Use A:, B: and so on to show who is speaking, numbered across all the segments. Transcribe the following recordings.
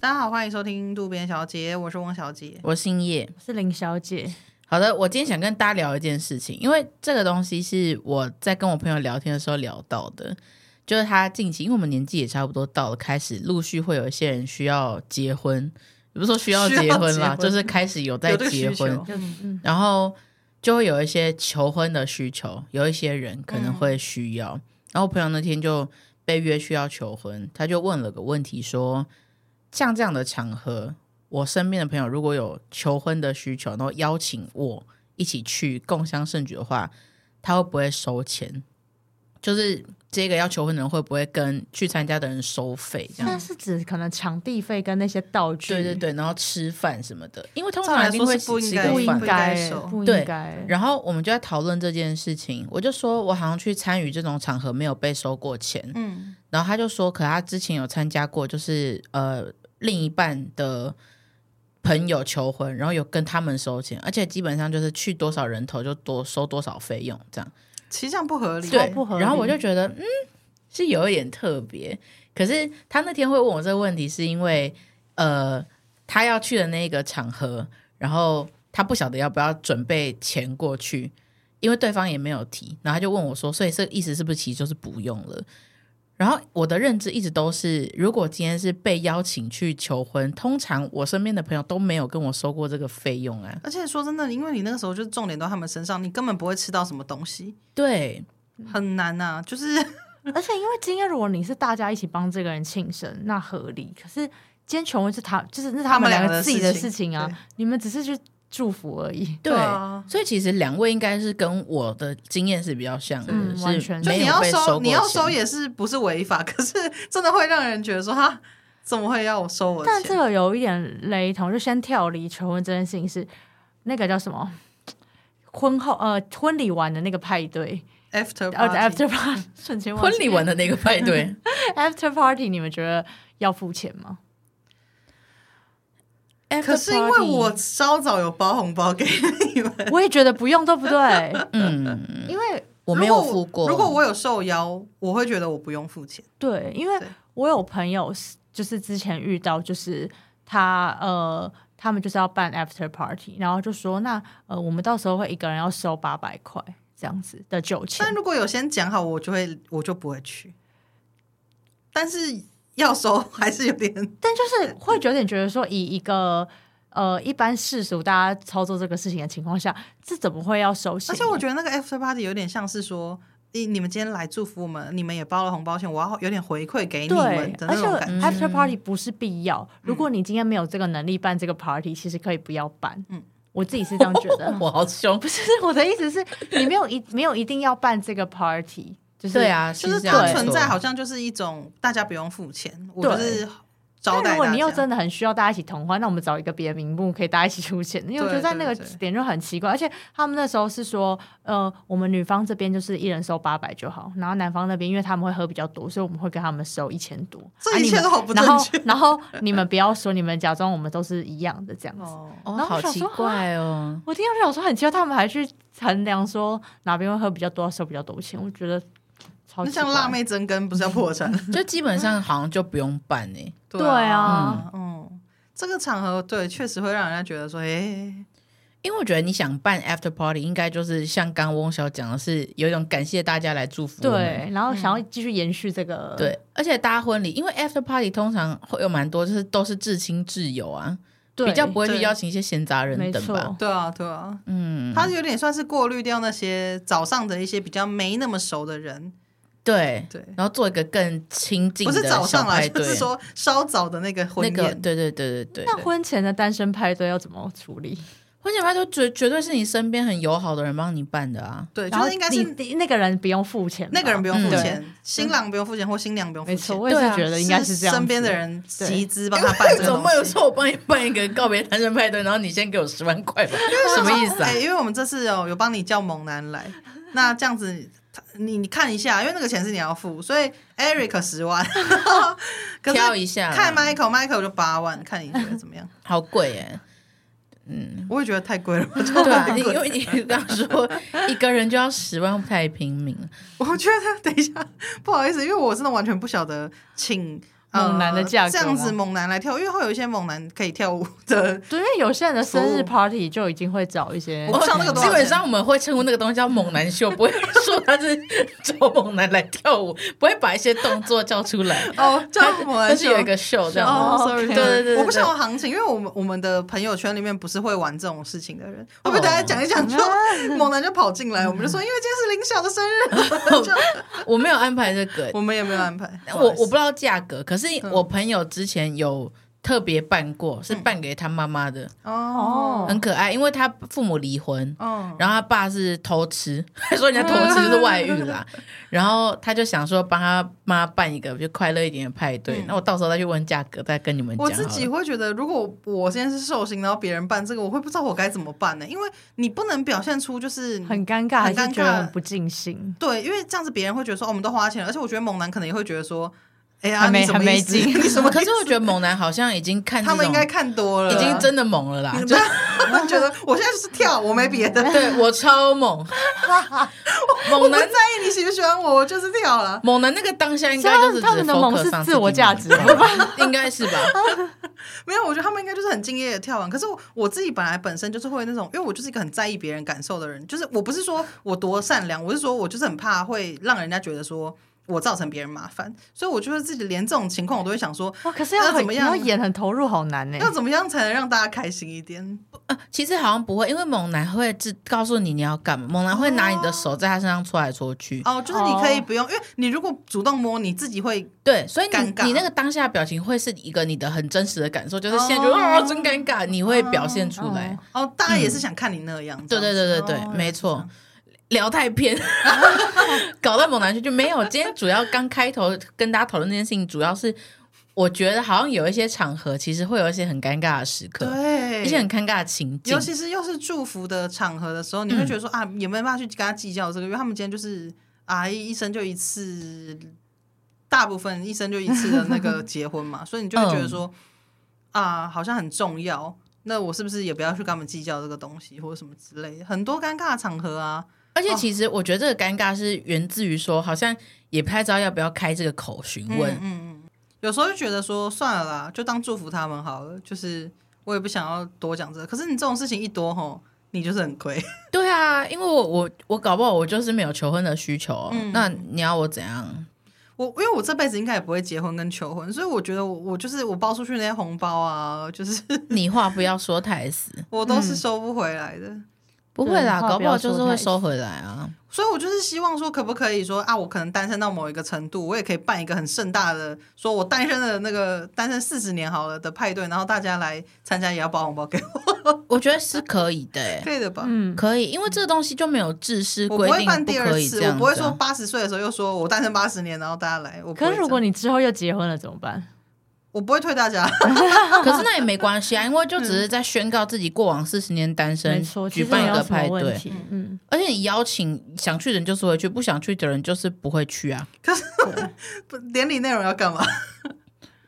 A: 大家好，欢迎收听渡边小姐，我是汪小姐。
B: 我姓叶。
C: 是林小姐，
B: 好的，我今天想跟大家聊一件事情，因为这个东西是我在跟我朋友聊天的时候聊到的，就是他近期，因为我们年纪也差不多到了，开始陆续会有一些人需要结婚，也不是说需要
A: 需要
B: 结婚啦，
A: 结婚
B: 就是开始有在
A: 有这个需
B: 结婚
A: 求，
C: 就嗯，
B: 然后就会有一些求婚的需求，有一些人可能会需要。然后我朋友那天就被约去要求婚，他就问了个问题说，像这样的场合，我身边的朋友如果有求婚的需求，然后邀请我一起去共襄盛举的话，他会不会收钱？就是这个要求婚的人会不会跟去参加的人收费这
A: 嗯
B: 样？
C: 那是指可能场地费跟那些道具，
B: 对对，对，然后吃饭什么的，因为通
A: 照
B: 常
A: 来
B: 一定
A: 说
B: 会
A: 是不
B: 吃
A: 应
B: 个
A: 该
C: 不应
B: 饭
C: 该
A: 对，
C: 不
B: 对
C: 应该，
B: 然后我们就在讨论这件事情，我就说我好像去参与这种场合没有被收过钱，
A: 嗯，
B: 然后他就说，可他之前有参加过，就是呃另一半的朋友求婚，然后有跟他们收钱，而且基本上就是去多少人头就多收多少费用这样。
A: 其实这样不合理。
B: 对
C: 不合，理
B: 然后我就觉得嗯是有一点特别，可是他那天会问我这个问题，是因为呃他要去的那个场合，然后他不晓得要不要准备钱过去，因为对方也没有提，然后他就问我说，所以这个意思是不是其实就是不用了？然后我的认知一直都是，如果今天是被邀请去求婚，通常我身边的朋友都没有跟我收过这个费用啊。
A: 而且说真的，因为你那个时候就是重点都在他们身上，你根本不会吃到什么东西，
B: 对，
A: 很难呐、就是
C: 而且因为今天如果你是大家一起帮这个人庆生，那合理。可是今天求婚是他，就是那是
A: 他
C: 他
A: 们
C: 们
A: 两
C: 两
A: 个
C: 个
A: 的
C: 自己的
A: 事情
C: 事情啊
A: 对，
C: 你们只是去祝福而已。
B: 对，
A: 对啊
B: 所以其实两位应该是跟我的经验是比较像的，
C: 嗯完
B: 是
C: 全
A: 就
B: 没
A: 你
B: 有
A: 要
B: 被
A: 收，
B: 收，
A: 你要收。也是不是违法，可是真的会让人觉得说哈，怎么会要我收我的
C: 但
A: 钱？
C: 这个有一点雷同，就先跳离求婚这件事情是那个叫什么？婚后呃，婚礼完的那个派对，
B: 哦
A: after
C: 呃
A: party
C: ，after party 瞬间忘
B: 婚
C: 记
B: 礼完的那个派对，
C: after party，你们觉得要付钱吗？
A: 可是因为我稍早有包红包给你们，
C: 我也觉得不用，对 不对？
B: 嗯，
C: 因为
B: 我没有付过。。
A: 如果我有受邀，我会觉得我不用付钱。
C: 对，因为
A: 对
C: 我有朋友是，就是之前遇到，就是他呃，他们就是要办 after party，然后就说那呃，我们到时候会一个人要收八百块这样子的酒钱
A: 但，如果有先讲好，我就会我就不会去。但是要收还是有点，
C: 但 就是会有点觉得说，以一个呃一般世俗大家操作这个事情的情况下，这怎么会要收钱
A: 而
C: 呢？
A: 且我觉得那个 after party 有点像是说，你你们今天来祝福我们，你们也包了红包钱，我要有点回馈给你们
C: 对
A: 的，
C: 而
A: 那
C: 且嗯
A: 种感觉。
C: after party 不是必要。如果你今天没有这个能力办这个 party，其实可以不要办。
A: 嗯
C: 嗯，我自己是这样觉得
B: 我好凶，
C: 不是 我的意思是，你没有一 没有一定要办这个 party，就是
B: 对。啊，
A: 就是
B: 这样
A: 它
B: 没
C: 对
A: 存
B: 错
A: 在好像就是一种大家不用付钱，我就
C: 对
A: 是招
C: 但
A: 待
C: 如果
A: 大
C: 你又
A: 家
C: 真的很需要大家一起同欢，那我们找一个别的名目可以大家一起出钱，因为我觉得
A: 对
C: 在那个
A: 对对
C: 点就很奇怪。而且他们那时候是说，呃，我们女方这边就是一人收八百就好，然后男方那边因为他们会喝比较多，所以我们会跟他们收一千多。啊
A: 这一切都好不
C: 然
A: 正
C: 后
A: 确。
C: 然后你们不要说，你们假装我们都是一样的这样子。
A: 哦，
B: 哦，
C: 然后
B: 好
C: 我想
B: 奇
C: 说
B: 怪哦。
C: 我听到这种说很奇怪，他们还去衡量说哪边会喝比较多，收比较多钱，我觉得超
A: 那
C: 级
A: 像辣妹真根不是要破产？
B: 就基本上好像就不用办哎、
C: 对啊，
A: 嗯，这个场合对确实会让人家觉得说，哎，
B: 因为我觉得你想办 after party，应该就是像刚翁小讲的是，有一种感谢大家来祝福我们
C: 对，然后
A: 嗯
C: 想要继续延续这个、
B: 对，而且搭婚礼，因为 after party 通常会有蛮多，就是都是至亲挚友啊，
C: 对
B: 比较不会去
A: 对
B: 邀请一些闲杂人
C: 没
B: 等吧
C: 错。，
A: 对啊，对啊，
B: 嗯，
A: 他有点算是过滤掉那些早上的一些比较没那么熟的人，
B: 对，
A: 对，
B: 然后做一个更亲近
A: 不
B: 的
A: 是早
B: 小
A: 上来，
B: 派
A: 就
B: 对，
A: 是说稍早的那个婚
B: 那
A: 宴，
B: 个对对对对对
C: 那
B: 对，
C: 婚前的单身派对要怎么处理？
B: 婚前派对绝绝对是你身边很友好的人帮你办的啊，
A: 对，
C: 然
A: 就
C: 后
A: 是应该是
C: 你那个人不用付钱吧，
A: 那个人不用付
B: 嗯
A: 钱，新郎不用付钱或新娘不用付
C: 没错，
A: 钱，
C: 我也是
B: 对啊
C: 觉得应该
A: 是
C: 这样子。
A: 身边的人
C: 对
A: 集资帮他办这个
B: 总
A: 东
B: 不
A: 西。
B: 能哎说我帮你办一个告别单身派对，然后你先给我十万 块吧？什么意思啊
A: 哎、？因为我们这次有有帮你叫猛男来， 那这样子，他你你看一下，因为那个钱是你要付，所以 Eric 十万， 可是
B: 挑一下啦，
A: 看 Michael，Michael 就八万，看你觉得怎么样？
B: 好贵哎、
A: 我也觉得太贵 了，
B: 对啊，因为你刚说一个人就要十万太平民了，
A: 我觉得等一下不好意思，因为我真的完全不晓得请呃
C: 猛男的价格
A: 这样子
C: 吗
A: 猛男来跳，因为会有一些猛男可以跳舞的，
C: 对，因为有些人的生
A: 服
C: 日
A: 务
C: party 就已经会找一些
A: 我不知道那个多
B: 基
A: 少
B: 本
A: 钱
B: 上我们会称呼那个东西叫猛男秀，不会说他是找猛男来跳舞，不会把一些动作叫出来。
A: 哦， 叫猛
B: 但
A: 男
B: 是
A: 秀
B: 有一个秀这样子。
A: 哦
C: 哦
A: ，sorry，
C: ，OK
B: 对对对
A: 我不
B: 对
A: 想要行情，因为我们我们的朋友圈里面不是会玩这种事情的人，会不会
B: 哦
A: 大家讲一讲就 猛男就跑进来，我们就说因为今天是林晓的生日，
B: 哦
A: 就
B: 我没有安排这个，
A: 我们也没有安排，
B: 我我不知
A: 道
B: 道价格，可是我朋友之前有特别办过，是
A: 嗯
B: 办给他妈妈的，
A: 哦
C: 哦
B: 很可爱，因为他父母离婚。
A: 嗯，
B: 然后他爸是偷吃， 说人家偷吃就是外遇 啦。然后他就想说帮他妈办一个就快乐一点的派对，
A: 嗯
B: 那我到时候再去问价格，再跟你们讲
A: 我
B: 好了。
A: 自己会觉得，如果我现在是寿星，然后别人办这个，我会不知道我该怎么办呢、因为你不能表现出就是你
C: 很尴尬，还
A: 很尴
C: 是觉得
A: 尬
C: 很不尽兴。
A: 对，因为这样子别人会觉得说，哦，我们都花钱了，而且我觉得猛男可能也会觉得说，哎呀，
C: 还没
A: 你什么意思？
C: 还没
A: 你什么意思？
B: 可是我觉得猛男好像已经看这
A: 他们应
B: 种
A: 该看多了，
B: 已经 真的猛了啦，
A: 你
B: 就
A: 们觉得我现在就是跳，我没别的，
B: 对我 超猛，
A: 我
B: 猛
A: 不在
B: 男
A: 意你喜不喜欢我，我就是跳了。
B: 猛男那个当下应该就是
C: 他们的猛是自我价值
B: 吧， 应该是吧？
A: 没有，我觉得他们应该就是很敬业的跳完。可是我我自己本来本身就是会那种，因为我就是一个很在意别人感受的人，就是我不是说我多善良，我是说我就是很怕会让人家觉得说我造成别人麻烦，所以我就是自己连这种情况我都会想说，
C: 哇，可是
A: 要
C: 要
A: 怎
C: 很
A: 么
C: 你
A: 样
C: 要演很投入，好难欸呢。
A: 要怎么样才能让大家开心一点？
B: 呃其实好像不会，因为猛男会自告诉你你要干嘛，猛男会拿你的手在他身上戳来戳去。
A: 哦，就是你可以不用，因为你如果主动摸，你自己会
B: 对，所以你
A: 尴尬
B: 你那个当下的表情会是一个你的很真实的感受，就是
A: 哦
B: 现在就哦真尴尬，你会表现出来
C: 哦。
A: 哦，大家也是想看你那样。
B: 嗯对对对对
A: 这样子哦
B: 对，没错。。聊太偏， 搞到猛男去就没有。今天主要刚开头跟大家讨论这件事情，主要是我觉得好像有一些场合其实会有一些很尴尬的时刻，
A: 对，
B: 一些很尴尬的情境
A: 尤。其是又是祝福的场合的时候，你会觉得说、啊，也没办法去跟他计较这个，因为他们今天就是啊一一生就一次，大部分一生就一次的那个结婚嘛，所以你就会觉得说、啊，好像很重要。那我是不是也不要去跟他们计较这个东西或者什么之类的？很多尴尬的场合啊，
B: 而且其实我觉得这个尴尬是源自于说，好像也不太知道要不要开这个口询
A: 嗯
B: 问。
A: 嗯嗯，有时候就觉得说算了啦，就当祝福他们好了，就是我也不想要多讲这个。可是你这种事情一多吼，你就是很亏。
B: 对啊，因为我我我搞不好我就是没有求婚的需求、
A: 嗯
B: 那你要我 怎样？
A: 我因为我这辈子应该也不会结婚跟求婚，所以我觉得我我就是我包出去那些红包啊，就是
B: 你话不要说太死，
A: 我都是收不回来的。
B: 不会啦，搞
C: 对话不
B: 不好
C: 要
B: 就是会收回来啊。
A: 所以我就是希望说，可不可以说啊，我可能单身到某一个程度，我也可以办一个很盛大的，说我单身的那个单身四十年好了的派对，然后大家来参加也要包红包给我，
B: 我觉得是可以的、欸
A: 可以的吧？
C: 嗯，
B: 可以，因为这个东西就没有制式
A: 我
B: 规
A: 不会
B: 定
A: 办第二
B: 可以这
A: 次，
B: 样、
A: 我
B: 啊。
A: 不会说八十岁的时候又说我单身八十年，然后大家来。我不会
C: 可是如果
A: 这样
C: 你之后又结婚了怎么办？
A: 我不会推大家，
B: 可是那也没关系啊，因为就只是在宣告自己过往四十年单身
C: 没错，，
B: 举
C: 其实
B: 办
C: 没
B: 一
C: 有
B: 个
C: 什么
B: 派
C: 问
B: 对，
C: 题。嗯，
B: 而且你邀请想去的人就是会去，不想去的人就是不会去啊，
C: 对，
A: 不典礼内容要干嘛？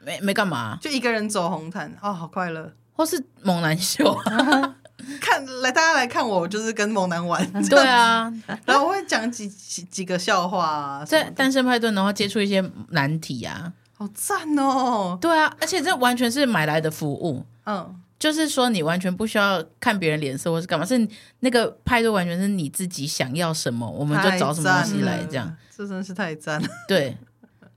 B: 没没干嘛啊、
A: 就一个人走红毯，哦，好快乐！
B: 或是猛男秀 啊，
A: 看来大家来看我，我就是跟猛男玩，
B: 对啊，
A: 然后我会讲几几几个笑话啊，什么
B: 在单身派对的话接触一些难题啊，
A: 好赞哦，
B: 对啊，而且这完全是买来的服务，
A: 嗯，
B: 就是说你完全不需要看别人脸色或是干嘛，是你那个派对完全是你自己想要什么，我
A: 我
B: 们就找什么东西来这样，，
A: 这真是太赞了，
B: 对。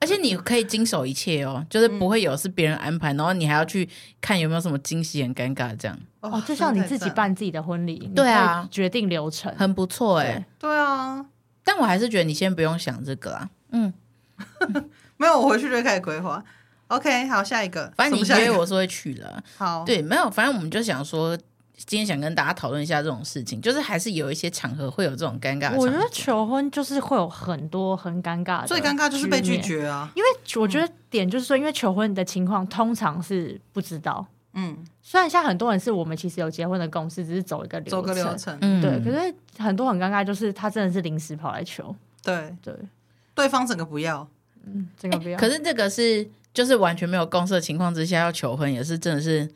B: 而且你可以经手一切哦，就是不会有是别人安排，然后你还要去看有没有什么惊喜，很尴尬这样，
A: 哦
C: 哦，就像你自
A: 真
C: 己，
A: 的太赞了
C: 办自己的婚礼，你
B: 对啊
C: 会决定流程。
B: 很不错哎、
C: 对
A: 对啊，
B: 但我还是觉得你先不用想这个啦，嗯，
A: 没有，我回去就会开始规划。OK，好，下一个，
B: 反正你
A: 什么下一
B: 约
A: 个哦
B: 我是会去的啊、
A: 好，
B: 对，没有，反正我们就想说，今天想跟大家讨论一下这种事情，就是还是有一些场合会有这种尴尬的
C: 我觉
B: 场
C: 得
B: 合
C: 求婚就是会有很多很尴尬的，
A: 最尴尬就是被拒。绝啊，
C: 因为我觉得点就是说，因为求婚的情况通常是不知道，
A: 嗯，
C: 虽然像很多人是我们其实有结婚的共识，只是走一个流
A: 走个流
C: 程，
A: 程，
B: 嗯，
C: 对。可是很多很尴尬，就是他真的是临时跑来求，
A: 对，
C: 对，
A: 对方整个不要，
C: 嗯，这
B: 诶
C: 个不要。
B: 可是这个是就是完全没有公式的情况之下要求婚，也是真的是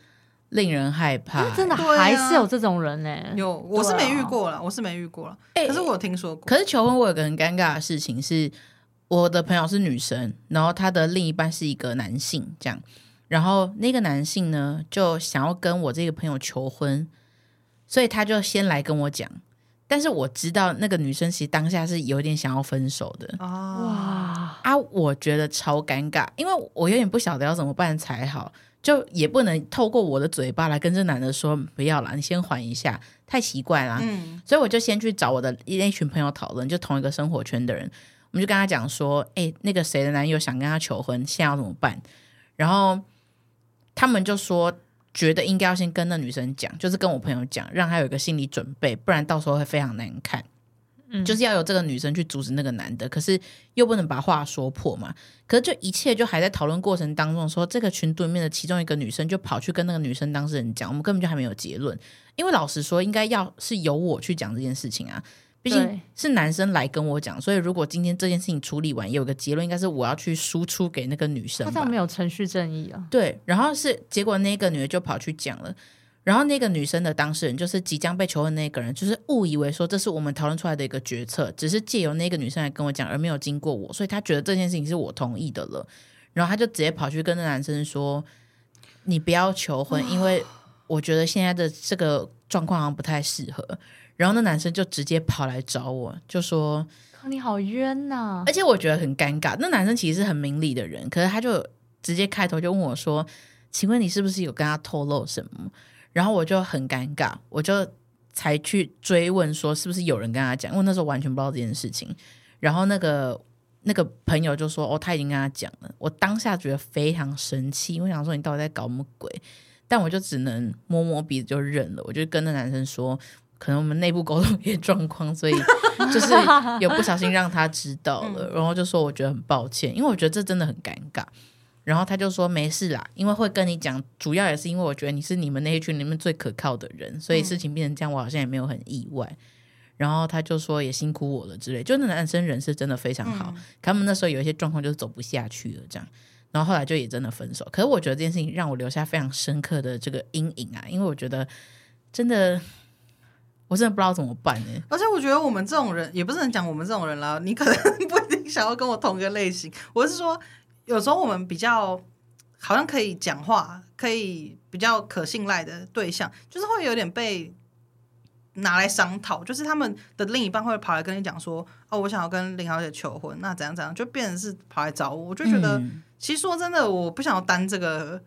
B: 令人害怕、
C: 因为真的
A: 对啊
C: 还是有这种人呢、
A: 有，我是
C: 对
A: 没
C: 啊
A: 遇过了，我是没遇过了，
B: 诶
A: 可是我有听说过，
B: 可是求婚我有个很尴尬的事情是。我的朋友是女生，然后她的另一半是一个男性，这样，然后那个男性呢就想要跟我这个朋友求婚，所以他就先来跟我讲，但是我知道那个女生其实当下是有点想要分手的
A: 啊，
C: 哇，
B: 啊，我觉得超尴尬，因为我有点不晓得要怎么办才好，就也不能透过我的嘴巴来跟这男的说嗯不要啦，你先缓一下，太奇怪啦，
A: 嗯，
B: 所以我就先去找我的那一群朋友讨论，就同一个生活圈的人，我们就跟他讲说，哎、那个谁的男友想跟她求婚，现在要怎么办？然后他们就说，觉得应该要先跟那女生讲，就是跟我朋友讲，让她有一个心理准备，不然到时候会非常难看。
C: 嗯
B: 就是要有这个女生去阻止那个男的，可是又不能把话说破嘛。可是就一切就还在讨论过程当中说这个群组里面的其中一个女生就跑去跟那个女生当事人讲，我们根本就还没有结论。因为老实说，应该要是由我去讲这件事情啊，毕竟
C: 对
B: 是男生来跟我讲，所以如果今天这件事情处理完，有个结论，应该是我要去输出给那个女生
C: 他这
B: 吧
C: 样。没有程序正义啊，
B: 对，然后是结果那个女的就跑去讲了，然后那个女生的当事人就是即将被求婚那个人，就是误以为说这是我们讨论出来的一个决策，只是借由那个女生来跟我讲，而没有经过我，所以她觉得这件事情是我同意的了，然后她就直接跑去跟那男生说：“你不要求婚，因为我觉得现在的这个状况好像不太适合。”然后那男生就直接跑来找我，就说：“
C: 靠你好冤呐、
B: 而且我觉得很尴尬。那男生其实是很明理的人，可是他就直接开头就问我说：“请问你是不是有跟他透露什么？”然后我就很尴尬，我就才去追问说是不是有人跟他讲，因为那时候完全不知道这件事情。然后那个那个朋友就说：“哦，他已经跟他讲了。”我当下觉得非常生气，我想说你到底在搞什么鬼？但我就只能摸摸鼻子就忍了。我就跟那男生说，可能我们内部沟通一些状况，所以就是有不小心让他知道了，然后就说我觉得很抱歉，因为我觉得这真的很尴尬。然后他就说没事啦，因为会跟你讲，主要也是因为我觉得你是你们那一群里面最可靠的人，所以事情变成这样，我好像也没有很意外。然后他就说也辛苦我了之类，就那男生人是真的非常
A: 嗯
B: 好，可他们那时候有一些状况就是走不下去了这样。然后后来就也真的分手，可是我觉得这件事情让我留下非常深刻的这个阴影啊，因为我觉得真的，我真的不知道怎么办欸呢、
A: 而且我觉得我们这种人，也不是能讲我们这种人啦，你可能 不一定想要跟我同个类型。我是说，有时候我们比较好像可以讲话，可以比较可信赖的对象，就是会有点被拿来商讨，就是他们的另一半会跑来跟你讲说：“哦，我想要跟林小姐求婚，那怎样怎样？”就变成是跑来找我，我就觉得，
B: 嗯
A: 其实说真的，我不想要担这个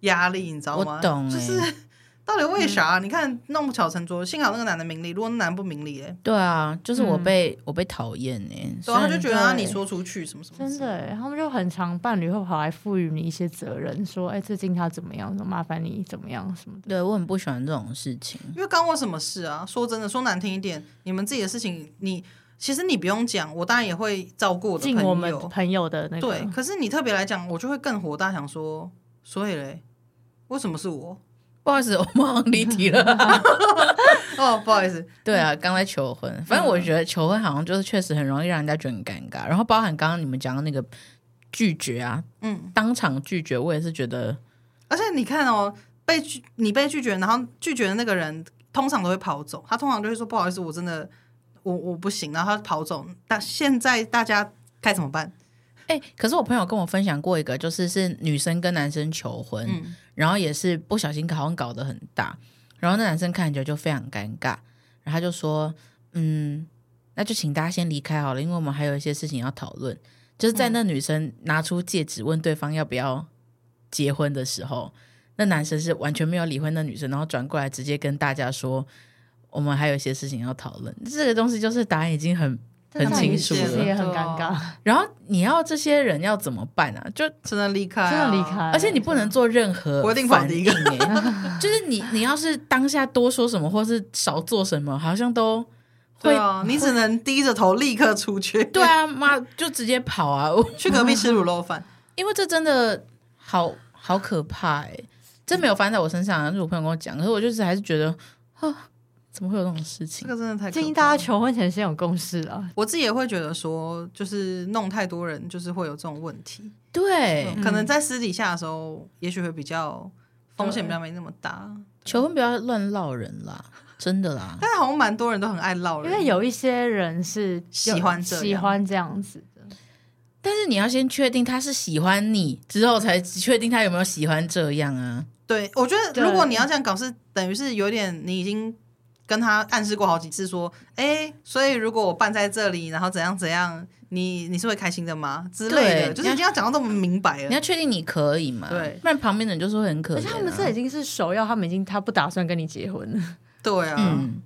A: 压力，你知道吗？
B: 我懂欸嗯
A: 就是 到底为啥？啊你看弄不巧成拙，幸好那个男的明理，如果那男的不明理、欸，
B: 对啊，就是我
C: 嗯
B: 被、我被讨厌呢、
A: 对啊，他就觉得啊，
B: 对
A: 你说出去什么什么，
C: 真的欸，他们就很常伴侣会跑来赋予你一些责任，说：“哎、最近他怎么样？麻烦你怎么样什么的。
B: 对我很不喜欢这种事情。
A: 因为干我什么事啊？说真的，说难听一点，你们自己的事情，你其实你不用讲，我当然也会照顾我”的
C: 尽我
A: 朋
C: 们
A: 友。
C: 朋友的那个，
A: 对，可是你特别来讲，我就会更火大，想说，所以嘞，为什么是我？
B: 不好意思，我们好像离 题了。
A: 哦，不好意 思，
B: 对啊，刚才求婚，反正我
A: 嗯
B: 觉得求婚好像就是确实很容易让人家觉得很尴尬。然后包含刚刚你们讲的那个拒绝啊，
A: 嗯，
B: 当场拒绝，我也是觉得
A: 而且你看哦，被拒，你被拒绝，然后拒绝的那个人通常都会跑走，他通常就会说不好意思，我真的，我我不行，然后他跑走。但现在大家该怎么办？
B: 哎、可是我朋友跟我分享过一个，就是是女生跟男生求婚，
A: 嗯
B: 然后也是不小心好像搞得很大，然后那男生看起来就非常尴尬，然后他就说，嗯，那就请大家先离开好了，因为我们还有一些事情要讨论。就是在那女生拿出戒指问对方要不要结婚的时候，那男生是完全没有理会那女生，然后转过来直接跟大家说，我们还有一些事情要讨论。这个东西就是答案已经很
C: 但
B: 很
C: 是
B: 清
C: 你
B: 楚
C: 其实
B: 了，
C: 也很尴尬，
B: 然后你要这些人要怎么办啊？就
A: 真的离开、啊，
C: 真的离开。
B: 而且你不能做任何
A: 我一定跑
B: 反
A: 第一
B: 应、
A: 个
B: 欸，就是你你要是当下多说什么或是少做什么，好像都会
A: 对啊，你只能低着头立刻出去，
B: 对，啊，妈就直接跑啊！我
A: 去隔壁吃卤肉 饭。
B: 因为这真的好好可怕哎、这没有发生在我身上、啊，是我朋友跟我讲，可是我就是还是觉得啊，怎么会有这种事
A: 这
B: 情？
A: 个真的太可怕了
C: 建议大家求婚前先有共识啊。
A: 我自己也会觉得说，就是弄太多人，就是会有这种问题。嗯
B: 对，
A: 可能在私底下的时候，也许会比较风险比较没那么大，
B: 求婚不要乱闹人啦，真的啦。
A: 但是好像蛮多人都很爱唠
C: 因
A: 人，
C: 为有一些人是有
A: 喜欢这样
C: 喜欢这样子的，
B: 但是你要先确定他是喜欢你，之后才确定他有没有喜欢这样啊。
A: 对，我觉得
C: 对
A: 如果你要这样搞，是等于是有点你已经跟他暗示过好几次说，哎、所以如果我办在这里，然后怎样怎样，你你是会开心的吗？之类的，
B: 对
A: 就是已经要讲到这么明白
B: 你
A: 了
B: 要。确定你可以嘛？
A: 对
B: 不然旁边的人就说很可怜、
C: 而
B: 啊。
C: 且他们这已经是首要，他们已经他不打算跟你结婚了。
A: 对啊，
B: 嗯，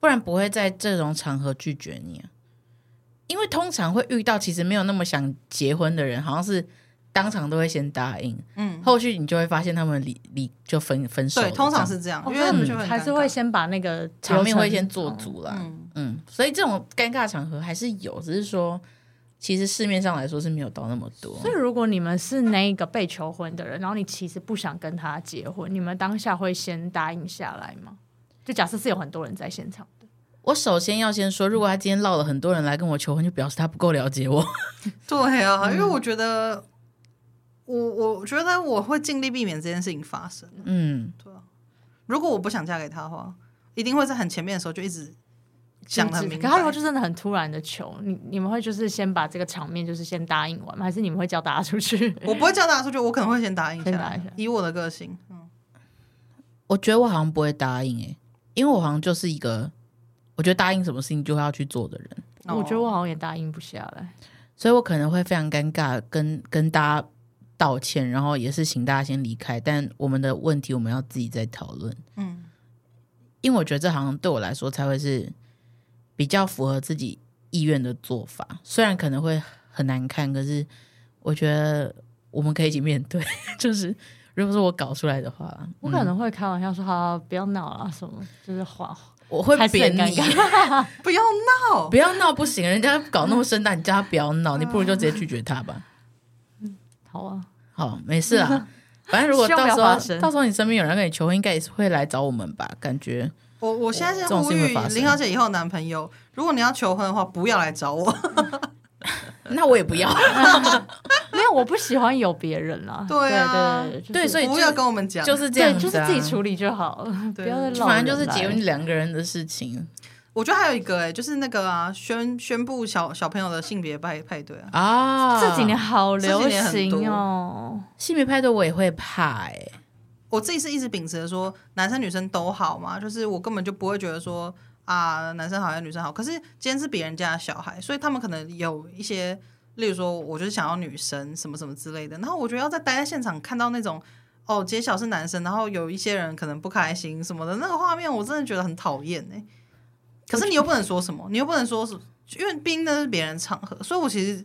B: 不然不会在这种场合拒绝你、啊，因为通常会遇到其实没有那么想结婚的人，好像是当场都会先答应，
A: 嗯，
B: 后续你就会发现他们离离就分分手了
A: 对，
B: 这样，
A: 通常是这样，
B: 哦
A: 哦 因为他们就会很
C: 嗯还是
A: 尴尬
C: 会先把那个
B: 场面会先
C: 流
B: 做
C: 程。
B: 足啦。
A: 嗯，
B: 嗯，所以这种尴尬场合还是有，只是说其实市面上来说是没有到那么多。
C: 所以，如果你们是那一个被求婚的人，然后你其实不想跟他结婚，你们当下会先答应下来吗？就假设是有很多人在现场，
B: 我首先要先说，如果他今天落了很多人来跟我求婚，就表示他不够了解我。
A: 对啊，
B: 嗯
A: 因为我觉得。我我觉得我会尽力避免这件事情发生。
B: 嗯，
A: 如果我不想嫁给他的话，一定会在很前面的时候就一直讲的很明
C: 可
A: 白。
C: 他如果就真的很突然的求你，你们会就是先把这个场面就是先答应完吗？还是你们会叫大家出去？
A: 我不会叫大家出去，我可能会先答应下
C: 先答
A: 来
C: 应下来。
A: 以我的个性，嗯，
B: 我觉得我好像不会答应诶、欸因为我好像就是一个，我觉得答应什么事情就要去做的人，
C: 我觉得
A: 哦
C: 我好像也答应不下来。
B: 所以我可能会非常尴尬跟，跟大家道歉，然后也是请大家先离开。但我们的问题我们要自己再讨论，
A: 嗯，
B: 因为我觉得这好像对我来说才会是比较符合自己意愿的做法，虽然可能会很难看，可是我觉得我们可以一起面对。 就是如果是我搞出来的话，
C: 我可
B: 嗯
C: 能会开玩笑说：“好、不要闹了，什么就是谎，
B: 我会
C: 还是
B: 扁
C: 很
B: 你
C: 尴，尬。
A: 不要闹
B: 不，要闹不行，人家搞那么盛大，你叫他不要闹，你不如就直接拒绝他吧。”
C: 好啊，
B: 好，没事 啦。反正如果
C: 希望
B: 到
C: 不
B: 时
C: 要
B: 候
C: 发生
B: 到时候你身边有人跟你求婚，应该也是会来找我们吧？感觉
A: 我我现在是
B: 这种
A: 呼
B: 事情会
A: 吁
B: 发生
A: 林小姐以后的男朋友，如果你要求婚的话，不要来找我。
B: 那我也不要。
C: 没有，我不喜欢有别人 啦。
A: 对啊
C: 对对对，
B: 对所以
A: 不
B: 就是
A: 要跟我们讲，
B: 就是这样
C: 对，
B: 子、
C: 就
B: 啊，
C: 是自己处理就好了，
A: 对
C: 不要再绕。
B: 反正就是结婚，两个人的事
C: 啊
B: 情
A: 我觉得还有一个哎、就是那个啊，宣宣布小小朋友的性别派派对啊，
B: 啊。
C: 这几年好流
A: 这几
C: 行
A: 年
C: 哦。
B: 性别派对我也会怕哎、
A: 我自己是一直秉持着说男生女生都好嘛，就是我根本就不会觉得说啊男生好还是女生好，可是今天是别人家的小孩，所以他们可能有一些，例如说我就是想要女生什么什么之类的，然后我觉得要在待在现场看到那种。哦，揭晓是男生，然后有一些人可能不开心什么的，那个画面我真的觉得很讨厌哎。可是你又不能说什么，你又不能说是，因为毕竟那是别人场合，所以我其实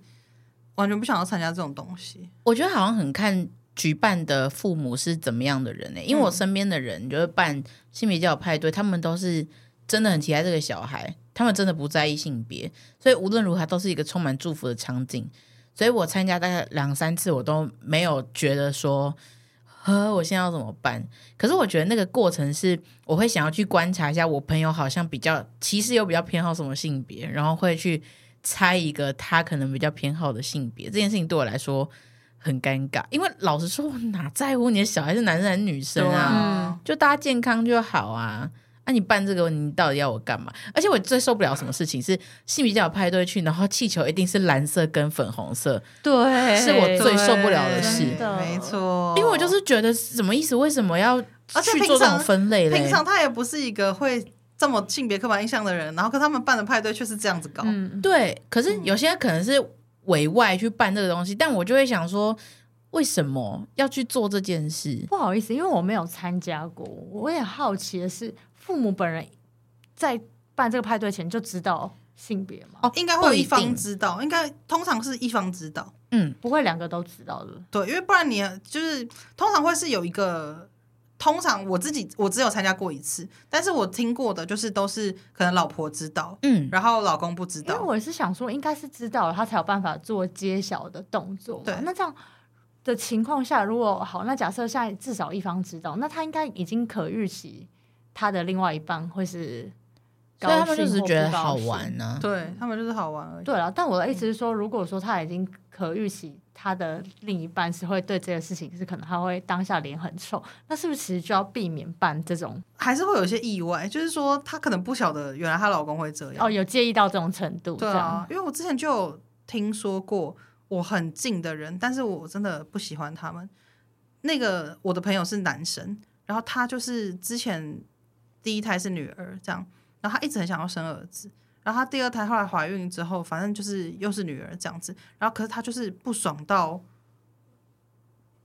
A: 完全不想要参加这种东西。
B: 我觉得好像很看举办的父母是怎么样的人欸呢、因为我
A: 嗯
B: 身边的人就是办性别交友派对，他们都是真的很期待这个小孩，他们真的不在意性别，所以无论如何它都是一个充满祝福的场景。所以我参加大概两三次，我都没有觉得说，呵，我现在要怎么办？可是我觉得那个过程是，我会想要去观察一下，我朋友好像比较，其实有比较偏好什么性别，然后会去猜一个他可能比较偏好的性别。这件事情对我来说很尴尬，因为老实说，我哪在乎你的小孩是男生还是女生啊？
A: 啊，
B: 就大家健康就好啊。那、你办这个，你到底要我干嘛？而且我最受不了什么事情是性比较有派对去，然后气球一定是蓝色跟粉红色，
C: 对，
B: 是我最受不了
A: 对
B: 的事
C: 真的
A: 没错，
B: 因为我就是觉得什么意思？为什么要
A: 而且
B: 去
A: 平
B: 做这种
A: 常
B: 分类嘞
A: 哦平？常他也不是一个会这么性别刻板印象的人，然后跟他们办的派对却是这样子搞。
C: 嗯，
B: 对，可是有些可能是委外去办这个东西，但我就会想说，为什么要去做这件事？
C: 不好意思，因为我没有参加过，我也好奇的是，父母本人在办这个派对前就知道性别吗？
B: 哦
A: 应该会有一
B: 不
A: 方
B: 定
A: 知道，应该通常是一方知道，
B: 嗯，
C: 不会两个都知道的。
A: 对，因为不然你就是通常会是有一个，通常我自己我只有参加过一次，但是我听过的就是都是可能老婆知道，
B: 嗯，
A: 然后老公不知
C: 因为
A: 道，
C: 我是想说，应该是知道了，他才有办法做揭晓的动作嘛。
A: 对
C: 那这样的情况下，如果好，那假设现在至少一方知道，那他应该已经可预期他的另外一半会是高
B: 所以他们
C: 兴或不高兴，
B: 就只是觉得好玩啊呢、
A: 对他们就是好玩而已。
C: 对了，但我的意思是
A: 嗯
C: 说，如果说他已经可预期他的另一半是会对这个事情是可能他会当下脸很臭，那是不是其实就要避免办这种
A: 还是会有一些意外，就是说她可能不晓得原来她老公会这样。
C: 哦有介意到这种程度？
A: 对啊
C: 这样
A: 啊，因为我之前就有听说过，我很近的人，但是我真的不喜欢他们。那个我的朋友是男生，然后他就是之前第一胎是女儿这样，然后他一直很想要生儿子，然后他第二胎后来怀孕之后，反正就是又是女儿这样子，然后可是他就是不爽到。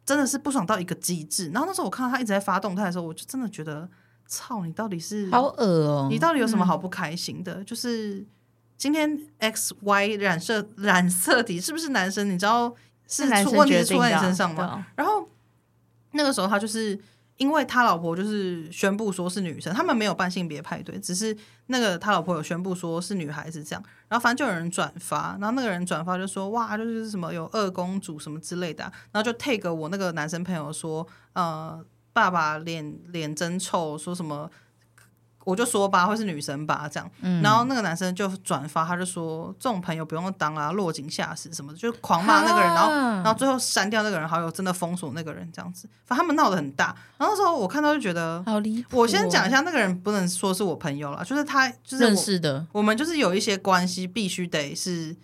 A: 真的是不爽到一个极致，然后那时候我看到他一直在发动态的时候，我就真的觉得，操，你到底是
B: 好恶哦、
A: 你到底有什么好不开心的？就是今天 X Y 染色染色体是不是男生？你知道是
C: 男
A: 出
C: 生
A: 问题
C: 决
A: 是
C: 定
A: 出
C: 的
A: 在你
C: 啊，
A: 身上
C: 对
A: 吗？
C: 啊？
A: 然后那个时候他就是因为他老婆就是宣布说是女生，他们没有办性别派对，只是那个他老婆有宣布说是女孩子这样，然后反正就有人转发，然后那个人转发就说哇，就是什么有二公主什么之类的啊、然后就 take 我那个男生朋友说，呃，爸爸脸脸真臭，说什么。我就说吧，或是女生吧，这样。然后那个男生就转发，他就说这种朋友不用当啊，落井下石什么的，就狂骂那个人， 然后
B: 嗯
A: 然后最后删掉那个人好友，真的封锁那个人，这样子，反正他们闹得很大。然后那时候我看到就觉得，
B: 好离谱哦、
A: 我先讲一下那个人，不能说是我朋友啦，就是他，就是
B: 认
A: 我
B: 识的，
A: 我们就是有一些关系必须得是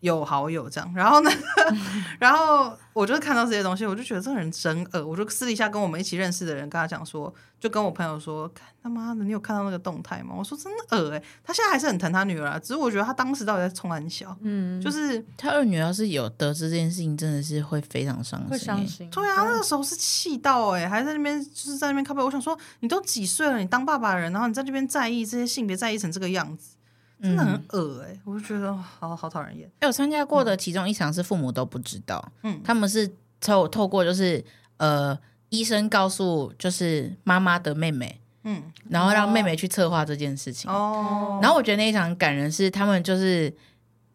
A: 有好友这样。然后呢， 然后我就看到这些东西，我就觉得这个人真恶，我就私底下跟我们一起认识的人跟他讲说，就跟我朋友说，看他妈的，你有看到那个动态吗？我说真的恶哎、他现在还是很疼他女儿啊，只是我觉得他当时到底在冲很小，
C: 嗯，
A: 就是。
B: 他二女要是有得知这件事情，真的是会非常伤心欸，
C: 会伤心。
A: 对啊，那个时候是气到哎、欸，还在那边就是在那边靠背。我想说，你都几岁了，你当爸爸的人，然后你在这边在意这些性别，在意成这个样子，真
B: 嗯
A: 的很恶哎、欸，我就觉得哦好好讨人厌。
B: 哎、我参加过的其中一场是父母都不知道，
A: 嗯
B: 他们是透透过就是呃医生告诉就是妈妈的妹妹，
A: 嗯，
B: 然后让妹妹去策划这件事情。
A: 哦，
B: 然后我觉得那一场感人是他们就是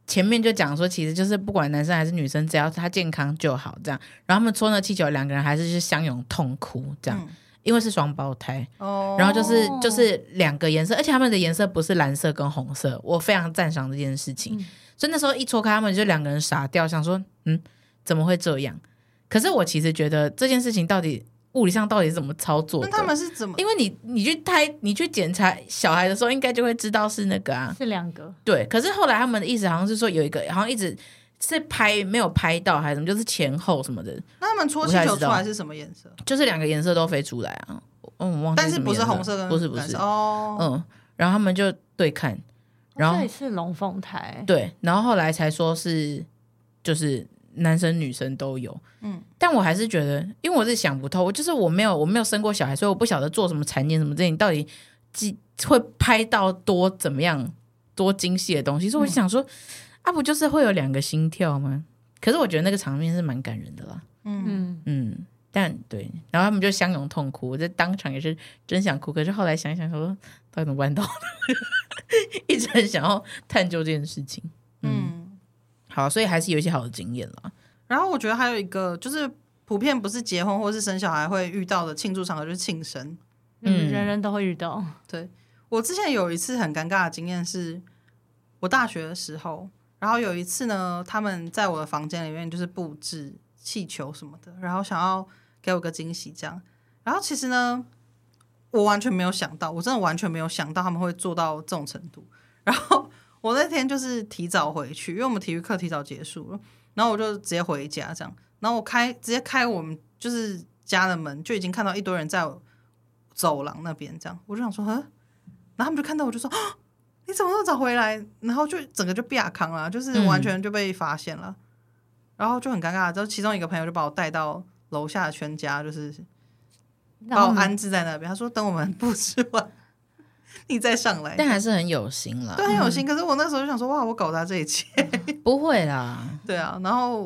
B: 前面就讲说，其实就是不管男生还是女生，只要他健康就好这样。然后他们搓那气球，两个人还是去相拥痛哭这样，
A: 嗯
B: 因为是双胞胎。
A: 哦，
B: 然后就是就是两个颜色，而且他们的颜色不是蓝色跟红色，我非常赞赏这件事情。
C: 嗯
B: 所以那时候一戳开，他们就两个人傻掉，想说嗯怎么会这样？可是我其实觉得这件事情到底物理上到底是怎么操作
A: 那
B: 的？
A: 他们是怎么？
B: 因为你你去胎你去检查小孩的时候，应该就会知道是那个啊，
C: 是两个，
B: 对。可是后来他们的意思好像是说有一个好像一直是拍没有拍到还是什么，就是前后什么的，
A: 那他们搓气球出来是什么颜色？
B: 就是两个颜色都飞出来啊。嗯，我忘记
A: 但是
B: 什么
A: 不是
B: 颜
A: 红色跟
B: 不是不
A: 蓝
B: 是
A: 色哦，
B: 嗯，然后他们就对看，然后
C: 哦这里是龙凤胎，
B: 对，然后后来才说是就是男生女生都有，
A: 嗯
B: 嗯，但我还是觉得，因为我是想不透，我就是我没有我没有生过小孩，所以我不晓得做什么产检什么这些，你到底几会拍到多怎么样多精细的东西，所以我就想说，啊不就是会有两个心跳吗？可是我觉得那个场面是蛮感人的啦，
A: 嗯，
C: 嗯，
B: 嗯。但对，然后他们就相拥痛哭，我在当场也是真想哭，可是后来想一想，想说到底怎么办到 的，一直很想要探究这件事情。
A: 嗯。
B: 好，所以还是有一些好的经验啦。
A: 然后我觉得还有一个就是普遍不是结婚或是生小孩会遇到的庆祝场合就是庆生。
B: 嗯
C: 嗯，人人都会遇到，
A: 我之前有一次很尴尬的经验是，我大学的时候，然后有一次呢，他们在我的房间里面就是布置气球什么的，然后想要给我个惊喜这样。然后其实呢，我完全没有想到，我真的完全没有想到他们会做到这种程度。然后我那天就是提早回去，因为我们体育课提早结束了，然后我就直接回家这样。然后我开直接开我们就是家的门，就已经看到一堆人在我走廊那边这样，我就想说，呵，然后他们就看到我就说：“啊你怎么那么早回来？”然后就整个就被亚康了，就是
B: 嗯
A: 完全就被发现了，然后就很尴尬。之后其中一个朋友就把我带到楼下的全家，就是把
C: 然
A: 我
C: 后
A: 安置在那边。他说：“等我们布置完，你再上来。”
B: 但还是很有心啦
A: 对，，很有心。可是我那时候就想说：“哇，我搞砸这一切。
B: 不会啦，”
A: 对啊，然后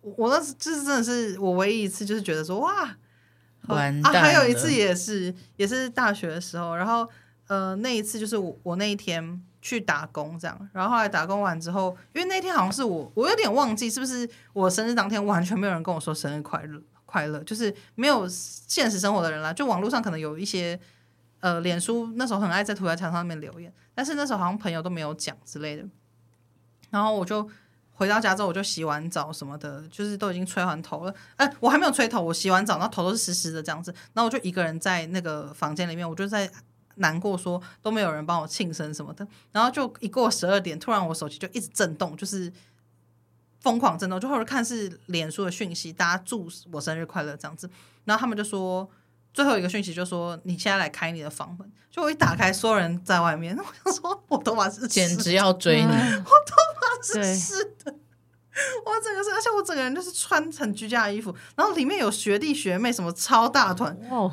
A: 我我那时就是真的是我唯一一次就是觉得说：“哇，好
B: 完
A: 啊！
B: 蛋、
A: 还有一次，也是，也是大学的时候，然后呃，那一次就是我我那一天去打工这样，然后后来打工完之后，因为那天好像是我，我有点忘记是不是我生日当天完全没有人跟我说生日快乐快乐，就是没有现实生活的人啦，就网络上可能有一些呃，脸书那时候很爱在涂鸦墙上面留言，但是那时候好像朋友都没有讲之类的，然后我就。回到家之后，我就洗完澡什么的，就是都已经吹完头了。哎、我还没有吹头，我洗完澡，然后头都是湿湿的这样子。然后我就一个人在那个房间里面，我就在难过说都没有人帮我庆生什么的。然后就一过十二点，突然我手机就一直震动，就是疯狂震动，就或者看是脸书的讯息，大家祝我生日快乐这样子，然后他们就说。最后一个讯息就说你现在来开你的房门，就我一打开，所有人在外面。 我想说，我头发是湿
B: 简直要追你。
C: 嗯
A: 是
C: 对
A: 是的，我整个是，而且我整个人就是穿很居家的衣服，然后里面有学弟学妹什么超大团，
C: 哦，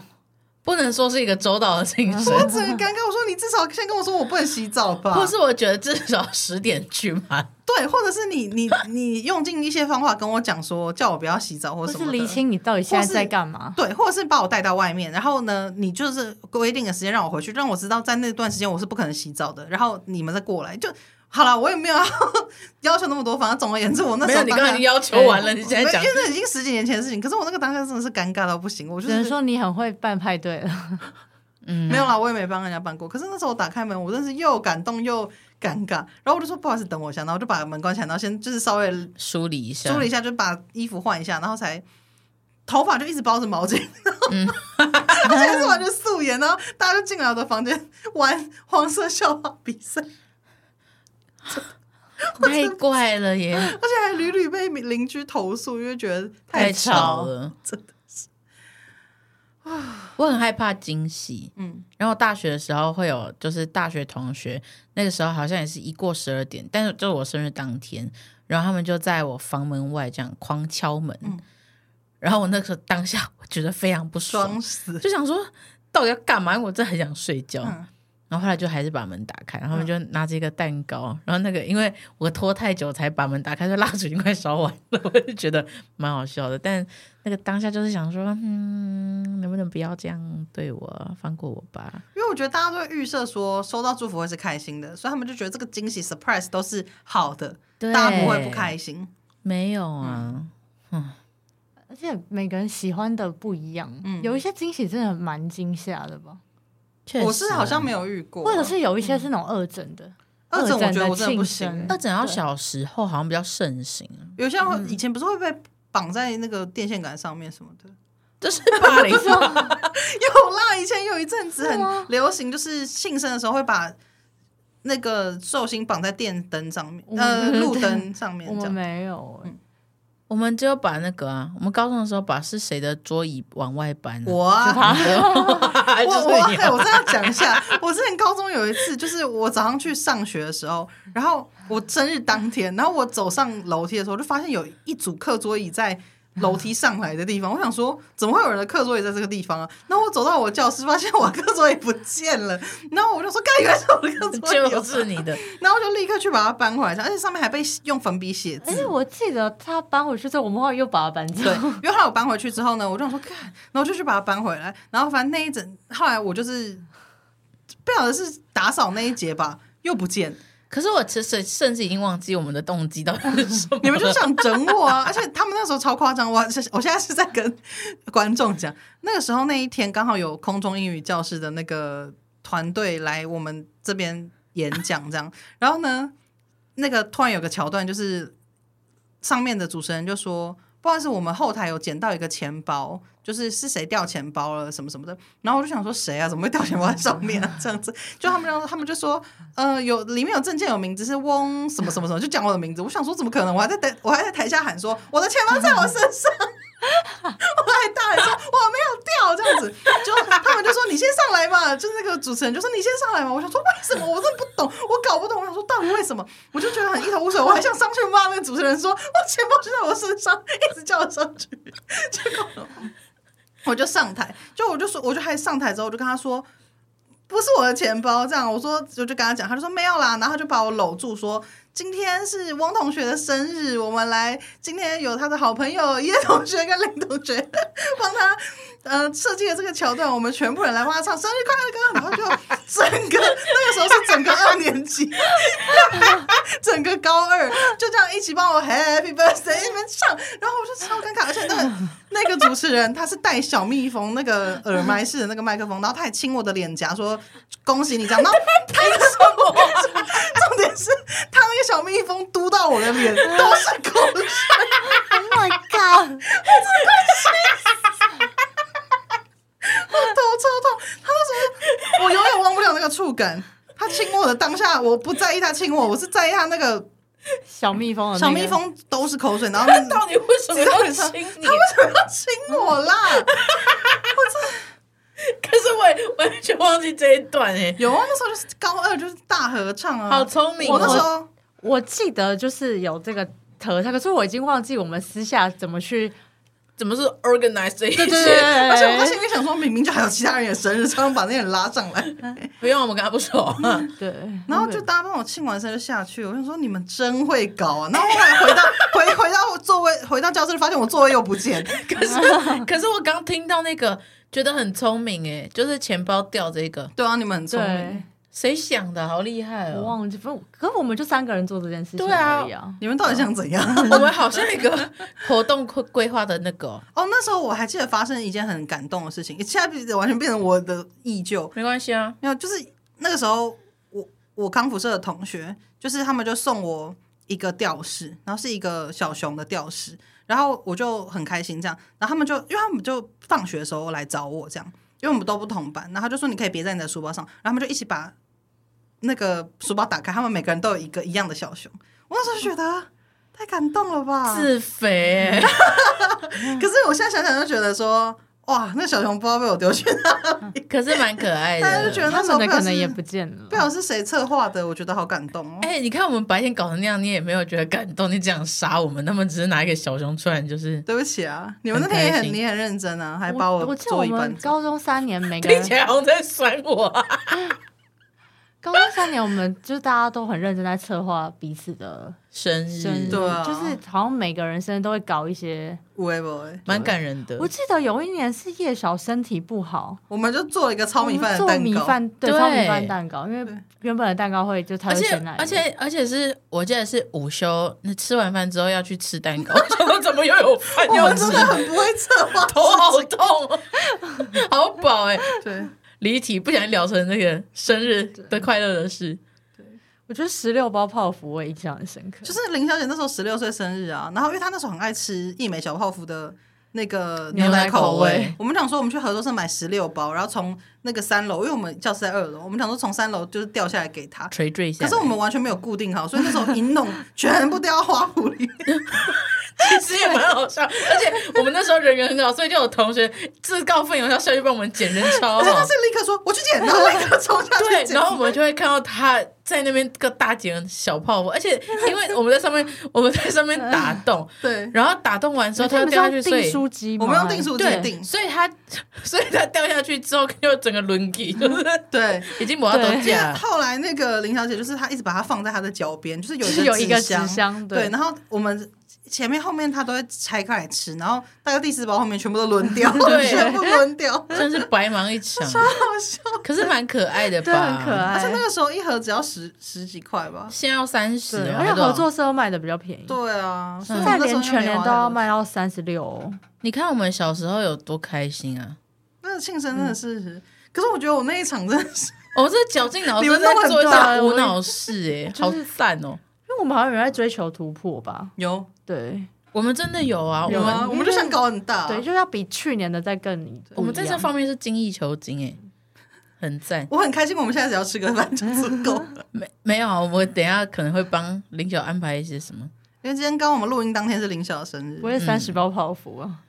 B: 不能说是一个周到的精神，
A: 我整个尴尬。我说你至少先跟我说我不能洗澡吧，
B: 或是我觉得至少十点去嘛，
A: 对，或者是你你你用尽一些方法跟我讲说叫我不要洗澡或
C: 或
A: 者什么
C: 是
A: 的
C: 厘清你到底现在在干嘛？
A: 对，或者是把我带到外面，然后呢，你就是规定的时间让我回去，让我知道在那段时间我是不可能洗澡的，然后你们再过来就好了。我也没有要 要求那么多，反正总而言之，我那
B: 没
A: 时
B: 有
A: 候
B: 你
A: 当
B: 刚刚已
A: 下
B: 经要求完了，你现在讲
A: 没因为那已经十几年前的事情，可是我那个当下真的是尴尬到不行，我就
C: 只能
A: 是。
C: 说你很会办派对了。
B: 嗯
A: 没有啦，我也没帮人家办过。可是那时候我打开门，我真是又感动又尴尬。然后我就说不好意思，等我一下，然后我就把门关起来，然后先就是稍微
B: 梳理一下，
A: 梳理一下，就把衣服换一下，然后才头发就一直包着毛巾，
B: 嗯
A: 而且是完全素颜，然后大家就进来我的房间玩 黄色笑话比赛，而
B: 太怪了耶，
A: 且还屡屡被邻居投诉，因为觉得
B: 太
A: 吵
B: 吵。 了，
A: 真
B: 的是。我很害怕惊喜，
A: 嗯，
B: 然后大学的时候会有，就是大学同学，那个时候好像也是一过十二点，但是就是我生日当天，然后他们就在我房门外这样狂敲门，
A: 嗯
B: 然后我那个当下 我觉得非常不爽
A: 装，死。
B: 就想说到底要干嘛？因为我真的很想睡觉。
A: 嗯
B: 然后后来就还是把门打开，然后他们就拿着一个蛋糕，然后那个因为我拖太久才把门打开，就蜡烛已经快烧完了， 我就觉得蛮好笑的。但那个当下就是想说，嗯，能不能不要这样对我，放过我吧？
A: 因为我觉得大家都会预设说收到祝福会是开心的，所以他们就觉得这个惊喜 surprise 都是好的，
B: 对
A: 大家不会不开心。
B: 没有
A: 嗯
B: 啊，
C: 而且每个人喜欢的不一样，
A: 嗯
C: 有一些惊喜真的蛮惊吓的吧，
B: 确实
A: 我是好像没有遇过，
C: 或者是有一些是那种二诊的，
A: 二诊，我觉得
C: 的
A: 我真的不
C: 庆
A: 行啊
C: 生。
B: 啊那整到小时候好像比较盛行，啊
A: 有些人会以前不是会被绑在那个电线杆上面什么的，
B: 就是 霸凌。
A: 有啦，以前有一阵子
C: 是吗
A: 很流行，就是庆生的时候会把那个寿星绑在电灯上面，
C: 我们
A: 呃，路灯上面
C: 嗯我
A: 这
C: 们
A: 样。
C: 没有、
A: 嗯
C: 欸，
B: 我们只有把那个啊，我们高中的时候把是谁的桌椅往外搬、啊，
A: 我啊，
B: 我
A: 我
B: 哎就是啊
A: 我
B: 你
A: 对我真的要讲一 下，我之前高中有一次，就是我早上去上学的时候，然后我生日当天，然后我走上楼梯的时候，就发现有一组课桌椅在。楼 梯上来的地方，我想说，怎么会有人的课桌椅在这个地方啊？然后我走到我教室，发现我的课桌椅不见了，然后我就说，该原来是我的 课桌椅哦，
B: 就是你的。
A: 然后就立刻去把它搬回来，而且上面还被用粉笔写
C: 而
B: 哎
A: 字。
C: 且我记得他搬回去之后，我们后来又把他搬走 Oh
A: 对，。 因为后来我搬回去之后呢，我就想说，看，然后就去把它搬回来。然后反正那一整，后来我就是不晓得是打扫那一节吧，又不见。
B: 可是我其实甚至已经忘记我们的动机到底是什 么了。
A: 你们就想整我啊！而且他们那时候超夸张，我我现在是在跟观众讲，那个时候那一天刚好有空中英语教室的那个团队来我们这边演讲，这样，然后呢，那个突然有个桥段，就是上面的主持人就说。不好意思，我们后台有捡到一个钱包，就是是谁掉钱包了什么什么的。然后我就想说，谁啊？怎么会掉钱包在上面啊？这样子，就他们让他们就说，呃，有里面有证件有名字是翁什么什么什么，就讲我的名字。我想说怎么可能？我还在台我还在台下喊说我的钱包在我身上， 我还大喊说我没有掉这样子。就他们就说你先上来嘛，就是那个主持人就说你先上来嘛。我想说为什么？我真的不懂，我搞不懂。我想说到底为什么？我就觉得很一头雾水。我还想上去骂那个主持人说我钱包就在我身上，一直叫我上去， 结果。我就上台，就我就说，我就还上台之后，我就跟他说，不是我的钱包，这样我说我就跟他讲，他就说没有啦，然后他就把我搂住说。今天是汪同学的生日，我们来今天有他的好朋友叶同学跟林同学 帮他呃设计了这个桥段，我们全部人来帮他唱生日快乐歌，然后就整个那个时候是整个二年级， 整个高二就这样一起帮我 Happy Birthday 你们唱，然后我就超尴尬，而且那 个那个主持人他是戴小蜜蜂那个耳麦式的那个麦克风，然后他还亲我的脸颊说恭喜 你这样，然后他那个时候我跟你说重点是他那个小蜜蜂嘟到我的脸都是口水，
C: Oh my god！
A: 我头超痛，他那时候我永远忘不了那个触感，他亲我的当下我不在意他亲我，我是在意他那个。
C: 小蜜蜂哦的那
A: 小
C: 个
A: 蜜蜂都是口水，然后 他
B: 到底为什么要亲你？
A: 要亲我啦！
B: 可是我也完全忘记这一段哎，
A: 有啊，那时候就是高二，就是大合唱啊。
B: 好聪明哦！
A: 我那时候
C: 我记得就是有这个合唱，可是我已经忘记我们私下怎么去。
B: 怎么是 organize 这一
C: 对对
B: 切？
C: 对，
A: 而且我在心里想说，明明就还有其他人也生日，他们把那些人拉上来，
B: 不用，我们跟他不熟。啊
C: 对，
A: 然后就大家帮我庆完生就下去。我想说你们真会搞啊！然后后来回到 回回到座位，回到教室发现我座位又不见，
B: 可 是，可是我刚听到那个，觉得很聪明哎，就是钱包掉这个，
A: 对啊，你们很聪明
C: 对，，
B: 谁想的？好厉害
C: 我
B: 哦！
C: 忘记，不是，可是我们就三个人做这件事情
B: 对啊
C: 而已啊。
A: 你们到底想怎样？
B: 我们好像一 个活动规规划的那个哦，
A: 哦，那时候我还记得发生一件很感动的事情，现在完全变成我的忆旧。
B: 没关系啊。
A: 没有，就是那个时候我我康复社的同学，就是他们就送我一个吊饰，然后是一个小熊的吊饰，然后我就很开心这样，然后他们就因为他们就放学的时候来找我这样，因为我们都不同班，然后他就说你可以别在你的书包上，然后他们就一起把那个书包打开，他们每个人都有一个一样的小熊，我那时候就觉得。太感动了吧！
B: 自肥 欸，
A: 可是我现在想想就觉得说，哇，那小熊不知道被我丢去哪，
B: 可是蛮可爱
A: 大家就觉
B: 的。
A: 啊得那
C: 他
A: 时候
C: 们的
A: 不知道
C: 可能
A: 是
C: 也不见了
A: 不知，道是谁策划的，我觉得好感动哦。
B: 哎、你看我们白天搞成那样，你也没有觉得感动，你这样杀我们，他们只是拿一个小熊出来，就是
A: 对不起啊，你们那天也
B: 很开
A: 很
B: 心
A: 你也很认真啊，还
C: 我
A: 把
C: 我记得
A: 做
C: 我
A: 一半
C: 们。高中三年每个
B: 听
C: 人
B: 起来好像在酸我、啊。
C: 高中三年，我们就大家都很认真在策划彼此的
B: 生
C: 生日，
B: 日
A: 对啊
C: 就是好像每个人生日都会搞一些。
A: 喂喂，
B: 蛮感人的
C: 我。记得有一年是叶晓身体不好，
A: 我们就做了一个糙米饭
C: 我
A: 的
C: 们
A: 蛋
C: 做米
A: 糕，
C: 饭，对，
B: 对
C: 糙米饭蛋糕，因
A: 对
C: 为原本的蛋糕会就他
B: 而
C: 会
B: 且
C: 先来，
B: 而且而且是我记得是午休，那吃完饭之后要去吃蛋糕， 我想说怎么又有饭
A: 我
B: 要
A: 们
B: 吃
A: 真，的很不会啊策划。
B: 头好痛哦，好饱哎、
A: 对，
B: 离题，不想聊成那个生日的快乐的事。
C: 我觉得十六包泡芙我印象很深刻，
A: 就是林小姐那时候十六岁生日啊，然后因为她那时候很爱吃一美小泡芙的那个
B: 牛奶
A: 奶口
B: 口味
A: 我们想说我们去合作社买十六包，然后从那个三楼，因为我们教室在二楼，我们想说从三楼就是掉下来给她。
B: 垂坠一
A: 可
B: 下来，
A: 是我们完全没有固定好，所以那时候一弄全部掉到花圃里。
B: 其实也蛮好笑，而且我们那时候人缘很好，所以就有同学自告奋勇要下去帮我们捡人超
A: 而且她
B: 好
A: 是。立刻说我去捡，然后立刻冲 下去
B: 对，
A: 捡
B: 然后我们就会看到他在那边个大捡小泡芙，而 且因为我们在上面，我们在上面打洞，
A: 对，
B: 然后打洞完之后
C: 你
B: 他又
C: 嗯们是
B: 掉下
C: 用
B: 去，所
C: 订
B: 以
C: 书机吗，
A: 我们用订书机
B: 对，
A: 定
B: 所以他 所以他掉下去之后就整个轮起，就是
A: 对。
B: 已经磨到
C: 对
B: 都
A: 因为
B: 架了。
A: 后来那个林小姐就是她一直把它放在她的脚边，就是有
C: 就
A: 一
C: 是 有一个纸
A: 箱，
C: 箱，
A: 对，然后我们前面后面她都会拆开来吃，然后大概第四包后面全部都轮 掉，
B: 对
A: 全部轮掉，
C: 哎
B: 真是白忙一场，
A: 好笑。
B: 可是蛮可爱的吧？
C: 对，很可
A: 而且那
C: 爱。
A: 个时候一盒只要十十几块吧，
C: 嗯
B: 现在要三十，
C: 对，
B: 还
C: 而且
B: 多少
C: 合作社卖的比较便宜，
A: 对啊，所以我
C: 再
A: 们那时
C: 连
A: 候就
C: 全
A: 没有
C: 年
A: 花
C: 都要
A: 太多
C: 卖到三十六哦。
B: 你看我们小时候有多开心啊！
A: 那个庆生真的是，
C: 嗯
A: 可是我觉得我那一场真的是，
B: 我、哦、这绞尽脑汁
A: 你们
B: 在
A: 弄很
B: 做一
C: 大
B: 些无
C: 我
B: 脑事、哎、
C: 就
B: 好赞哦！
C: 因为我们好像有在追求突破吧？
A: 有
C: 对
B: 我们真的有啊，
A: 有
B: 我
A: 啊，
B: 们
A: 我们就想搞很大，
C: 对，就要比去年的再更
B: 我们在这
C: 放
B: 方面是精益求精、哎，很赞。
A: 我很开心，我们现在只要吃个饭就足够 了。
B: 没没有啊，我等一下可能会帮林九安排一些什 么。
A: 因为今天刚我们录音当天是林晓的生日
C: 我，也三十包泡芙啊，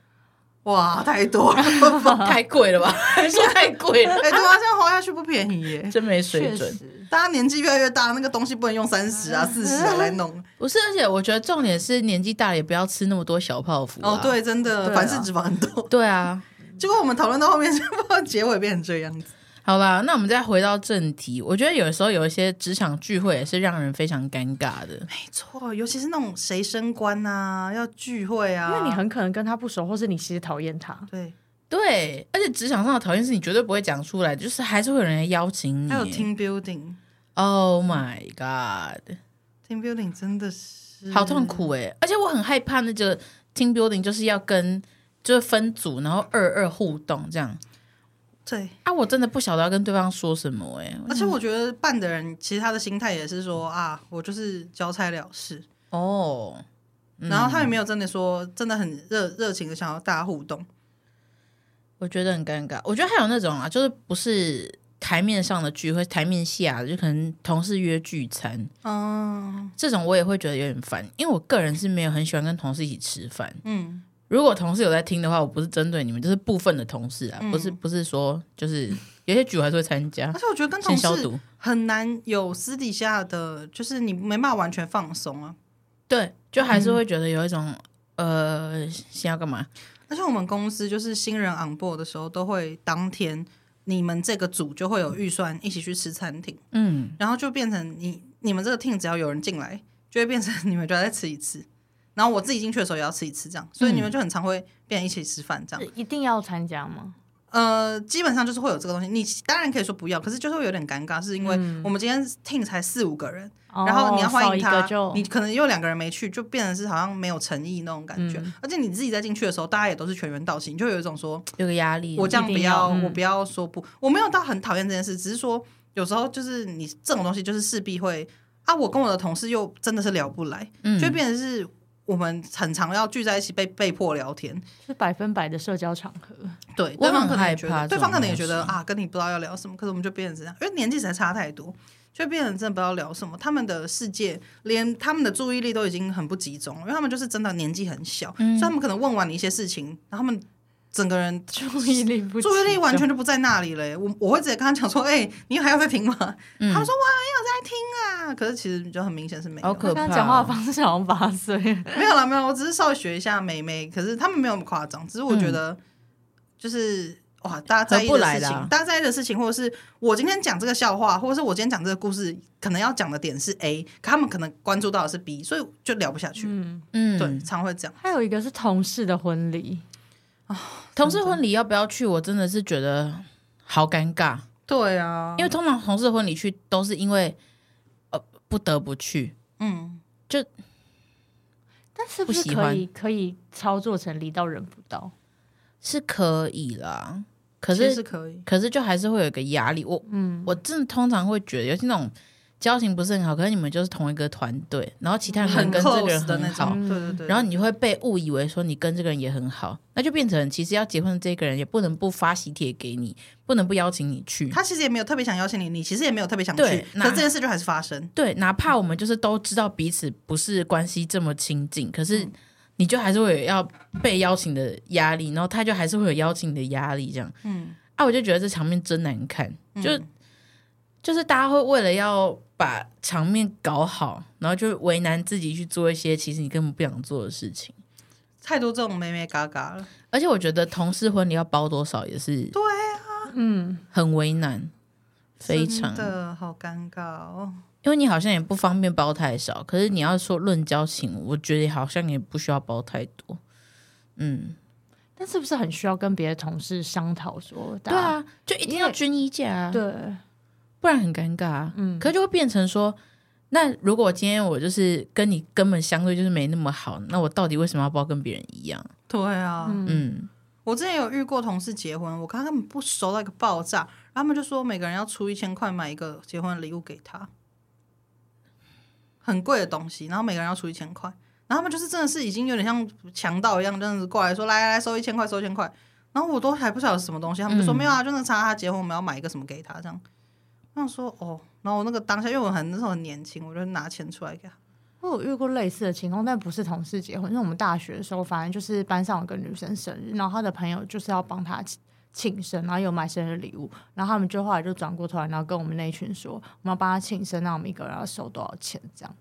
A: 哇，太多 了吧！
B: 太贵 了吧？还说太贵了，
A: 哎，对啊，这样花下去不便宜耶。
B: 真没
C: 确
B: 水准。
C: 实，
A: 大家年纪越来越大，那个东西不能用三十啊、四十啊来弄。
B: 不是，而且我觉得重点是年纪大了也不要吃那么多小泡芙、啊。
A: 哦，，对，真的，
C: 对啊
A: 反式脂肪很多。
B: 对啊，
A: 结果我们讨论到后面，就不知道结尾变成这样子。
B: 好吧，那我们再回到正题。我觉得有时候有一些职场聚会也是让人非常尴尬的。
A: 没错，尤其是那种谁升官啊，要聚会啊，
C: 因为你很可能跟他不熟，或是你其实讨厌他。
A: 对，
B: 对，而且职场上的讨厌是你绝对不会讲出来的，就是还是会有人来邀请你。
A: 还有 team building，team
B: Oh my god，
A: building 真的是
B: 好痛。苦哎、而且我很害怕那个 team building，就是要跟就是分组，然后二二互动这样
A: 对，
B: 啊，我真的不晓得要跟对方说什么哎、
A: 而且我觉得办的人其实他的心态也是说啊，我就是交差了事，
B: 哦，嗯
A: 然后他也没有真的说真的很热热情的想要大家互动。
B: 我觉得很尴尬。我觉得还有那种啊，就是不是。台面上的聚会，台面下的就可能同事约聚餐，
A: 哦，
B: 这种我也会觉得有点烦，因为我个人是没有很喜欢跟同事一起吃饭。
A: 嗯，
B: 如果同事有在听的话，我不是针对你们，就是部分的同事啊，不是不是说就是有些局我还是会参加
A: 而，且我觉得跟
B: 先
A: 同
B: 消
A: 事
B: 毒。
A: 很难有私底下的，就是你没办法完全放松啊。
B: 对，就还是会觉得有一种、呃，先要干嘛？
A: 而且我们公司就是新人 on board 的时候，都会当天你们这个组就会有预算一起去吃餐厅，
B: 嗯，
A: 然后就变成你你们这个 team 只要有人进来，就会变成你们就要再吃一次。然后我自己进去的时候也要吃一次，这样，所以你们就很常会变成一起吃饭这样。
C: 一定要参加吗？
A: 呃，基本上就是会有这个东西。你当然可以说不要，可是就是会有点尴尬，是因为我们今天 team 才四五个人，然后你要
C: 哦少
A: 欢
C: 一
A: 迎
C: 个
A: 他，
C: 就
A: 你可能又两个人没去，就变成是好像没有诚意那种感觉。
C: 嗯
A: 而且你自己在进去的时候，大家也都是全员到齐，你就有一种说
B: 有个压力。
A: 我这样
C: 一
A: 不
C: 定要
A: 要，
C: 嗯
A: 我不要说不，我没有到很讨厌这件事，只是说有时候就是你这种东西就是势必会啊，我跟我的同事又真的是聊不来，
B: 嗯
A: 就变成是我们很常要聚在一起被被迫聊天。
C: 是百分百的社交场合，
A: 对，
B: 我
A: 对方
B: 很
A: 可能
B: 害
A: 也觉
B: 怕
A: 得，对
B: 这
A: 方
B: 种
A: 可能也觉
B: 东
A: 得
B: 西
A: 啊，跟你不知道要聊什么，可是我们就变成这样，因为年纪才差太多，就变成真的不知道聊什么。他们的世界连他们的注意力都已经很不集中了，因为他们就是真的年纪很小，所以
B: 嗯
A: 他们可能问完你一些事情，然后他们整个人
C: 注意力不
A: 注意力完全就不在那里了耶。我我会直接跟他讲说，哎、你还要再听吗？他说我还有在听啊，可是其实就很明显是没有。
B: 好可怕嗯
C: 他刚
B: 哦。
C: 刚讲话的方式好像八岁，
A: 没有啦，没有，我只是稍微学一下美眉，可是他们没有那么夸张，只是我觉得就是、哇，大家在意
B: 嗯合不
A: 的
B: 来
A: 事
B: 啦
A: 情，大家在意的事情，或者是我今天讲这个笑话，或者是我今天讲这个故事，可能要讲的点是 A，可他们可能关注到的是 B，所以就聊不下去。
C: 嗯，
B: 嗯，
A: 对，常会这样。
C: 还有一个是同事的婚礼，
B: 同事婚礼要不要去？我真的是觉得好尴尬，
A: 对啊
B: 因为通常同事婚礼去都是因为呃不得不去，
A: 嗯，
C: 但是不是
B: 不喜
C: 可
B: 欢
C: 以可以操作成离到人不到？
B: 是可以啦。可
A: 其实
B: 是
A: 是可以。
B: 可是就还是会有一个压力。我
C: 嗯，
B: 我真的通常会觉得，尤其那种交情不是很好，可是你们就是同一个团队，然后其他人可
A: 很
B: 能跟这个人
A: close 的那
B: 很好，
A: 种，
C: 嗯
A: 对对对。
B: 然后你就会被误以为说你跟这个人也很好，那就变成其实要结婚的这个人也不能不发喜帖给你，不能不邀请你去。
A: 他其实也没有特别想邀请你，你其实也没有特别想去，
B: 对
A: 可
B: 那
A: 是这件事就还是发生。
B: 对，哪怕我们就是都知道彼此不是关系这么亲近，可
A: 嗯
B: 是你就还是会有要被邀请的压力，然后他就还是会有邀请的压力，这样
A: 嗯，
B: 啊，我就觉得这场面真难看，就、
A: 嗯
B: 就是大家会为了要把场面搞好，然后就为难自己去做一些其实你根本不想做的事情。
A: 太多这种妹妹嘎嘎了。
B: 而且我觉得同事婚礼要包多少也是
A: 对啊，
C: 嗯，
B: 很为难，非常
A: 真的好尴尬哦。
B: 因为你好像也不方便包太少，可是你要说论交情，我觉得好像也不需要包太多。嗯，
C: 但是不是很需要跟别的同事商讨说？
B: 对，啊，就一定要
C: 因为
B: 均一价啊，
C: 对，
B: 不然很尴尬啊。
C: 嗯
B: 可是就会变成说，那如果今天我就是跟你根本相对就是没那么好，那我到底为什么要包跟别人一样？
A: 对啊，
C: 嗯，
B: 嗯，
A: 我之前有遇过同事结婚，我看他们不熟到一个爆炸，然后他们就说每个人要出一千块买一个结婚礼物给他，很贵的东西，然后每个人要出一千块，然后他们就是真的是已经有点像强盗一样，这样子过来说来来来收一千块收一千块，然后我都还不晓得是什么东西，他们就说、
B: 嗯
A: 没有啊，就那个查他结婚我们要买一个什么给他这样，我想说哦，然后我那个当下因为我很那时候很年轻，我就拿钱出来给他，
C: 我有遇过类似的情况，但不是同事结婚，因为我们大学的时候，反正就是班上有个女生生日，然后她的朋友就是要帮她庆庆生，然后有买生日礼物，然后他们就后来就转过头来，然后跟我们那一群说，我们要帮她庆生，那我们一个人要收多少钱这样。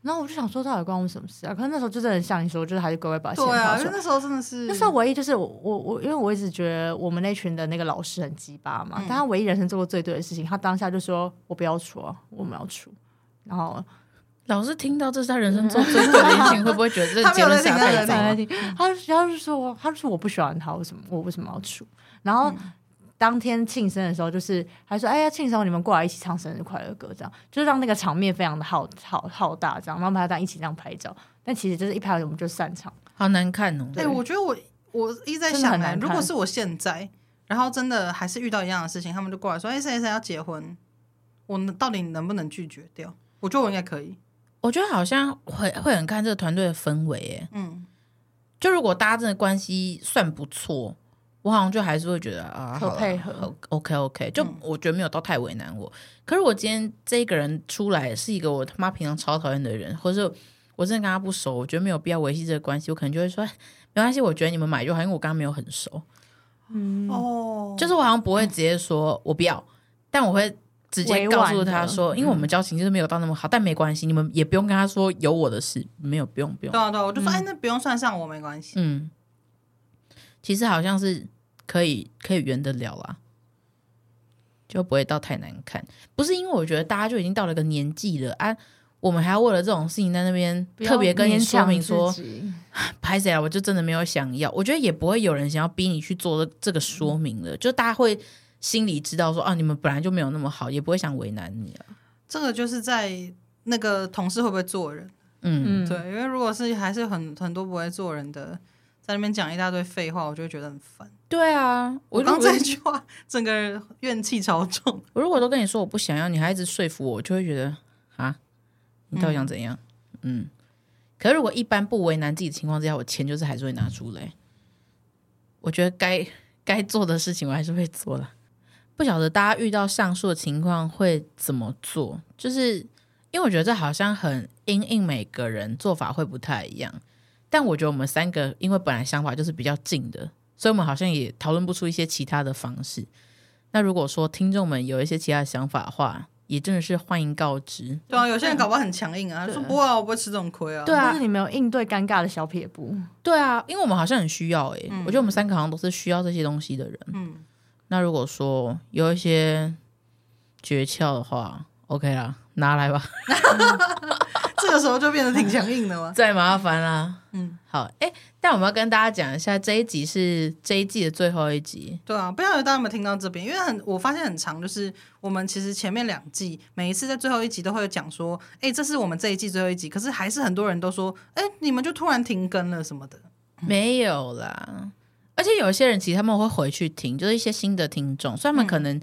C: 然后我就想说，到底关我们什么事啊？可是那时候就真的像你说，就是还是乖乖把钱掏
A: 对啊，
C: 出
A: 因
C: 来
A: 为。那时候真的是
C: 那时候唯一就是我我我，因为我一直觉得我们那群的那个老师很鸡巴嘛，
A: 嗯
C: 但他唯一人生做过最对的事情，他当下就说：“我不要出、啊，我们要出。”然后
B: 老师听到这是他人生做 最对的事情，会不会觉得这个
A: 他没
B: 结
A: 有
B: 婚
A: 在
B: 是他
A: 听他
B: 太
A: 人
B: 早
A: 生
B: 了嗯
C: 他？就他就说他就说我不喜欢他，为什么我为什么要出？
B: 嗯
C: 然后。当天庆生的时候，就是还说：“哎呀，庆生你们过来一起唱生日快乐歌，这样就是让那个场面非常的浩浩浩大，这样，然后我们还这样一起这样拍照。但其实就是一拍我们就散场，
B: 好难看哦。
A: 对，哎我觉得我我一直在
C: 真的
A: 想、
C: 很
A: 欸，
C: 难
A: 如果
C: 看
A: 是我现在，然后真的还是遇到一样的事情，他们就过来说：“哎、谁谁谁要结婚，我能到底能不能拒绝掉？”我觉得我应该可以。
B: 我觉得好像会会很看这个团队的氛围诶。
A: 嗯，
B: 就如果大家真的关系算不错，我好像就还是会觉得啊，
C: 可
B: 好啦
C: 配合
B: 好，OK OK，就
A: 嗯
B: 我觉得没有到太为难我。可是我今天这个人出来是一个我他妈平常超讨厌的人，或者是我真的跟他不熟，我觉得没有必要维系这个关系，我可能就会说哎没关系，我觉得你们买就好，因为我刚刚没有很
C: 哦
B: 熟，
C: 嗯，
A: 哦，
B: 就是我好像不会直接说我不要，但我会。直接
C: 委
B: 告
C: 婉
B: 诉他
C: 地嗯
B: 说，因为我们交情就是没有到那么好，但没关系，你们也不用跟他说有我的事，没有，不用，不用
A: 对。啊对啊，我就说哎，那不用算上我没关系。
B: 嗯，其实好像是可以可以圆得了啦，就不会到太难看。不是因为我觉得大家就已经到了一个年纪了啊，我们还要为了这种事情在那边
C: 不要
B: 特别跟你
C: 勉
B: 说
C: 强
B: 明
C: 自
B: 说，
C: 己
B: 拍谁啊，我就真的没有想要。我觉得也不会有人想要逼你去做这这个说明的，就大家会心里知道说啊，你们本来就没有那么好，也不会想为难你啊了。
A: 这个就是在那个同事会不会做人，
B: 嗯，
C: 嗯，
A: 对，，因为如果是还是很很多不会做人的，在那边讲一大堆废话，我就会觉得很烦。
B: 对啊，
A: 我
B: 我如
A: 刚
B: 果
A: 这一句话，整个人怨气超重。
B: 我如果都跟你说我不想要，你还一直说服我，我就会觉得啊，你到底想怎样？嗯可是如果一般不为难自己的情况之下，我钱就是还是会拿出来。我觉得该该做的事情我还是会做了。不晓得大家遇到上述的情况会怎么做？就是因为我觉得这好像很因应每个人做法会不太一样。但我觉得我们三个因为本来想法就是比较近的，所以我们好像也讨论不出一些其他的方式。那如果说听众们有一些其他的想法的话，也真的是欢迎告知。
A: 对啊，有些人搞不好很强硬啊，他说不会啊，我不会吃这种亏啊。
B: 对啊
C: 或是你没有应对尴尬的小撇步，
B: 对啊，因为我们好像很需要诶、欸
A: 嗯
B: 我觉得我们三个好像都是需要这些东西的人。
A: 嗯，
B: 那如果说有一些诀窍的话，OK 啦，拿来 吧，
A: 这个时候就变得挺强硬的嘛。
B: 再麻烦啦。
A: 嗯，
B: 好，诶、但我们要跟大家讲一下，这一集是这一季的最后一集。
A: 对啊，不知道大家有没有听到这边，因为很我发现很长，就是我们其实前面两季每一次在最后一集都会讲说，哎、这是我们这一季最后一集，可是还是很多人都说，哎、你们就突然停更了什么的。
B: 没有啦，而且有些人其实他们会回去听，就是一些新的听众，所以他们可能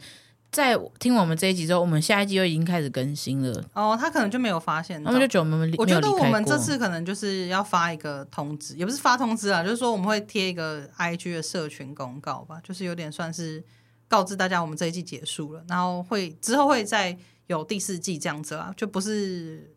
B: 在听我们这一集之后，我们下一集就已经开始更新了，
A: 哦，他可能就没有发现到。
B: 他们就觉得我们没有
A: 我觉得
B: 离
A: 我
B: 开
A: 们
B: 过
A: 这次可能就是要发一个通知，也不是发通知啊，就是说我们会贴一个 IG 的社群公告吧，就是有点算是告知大家我们这一季结束了，然后会之后会再有第四季这样子啊啦，就不是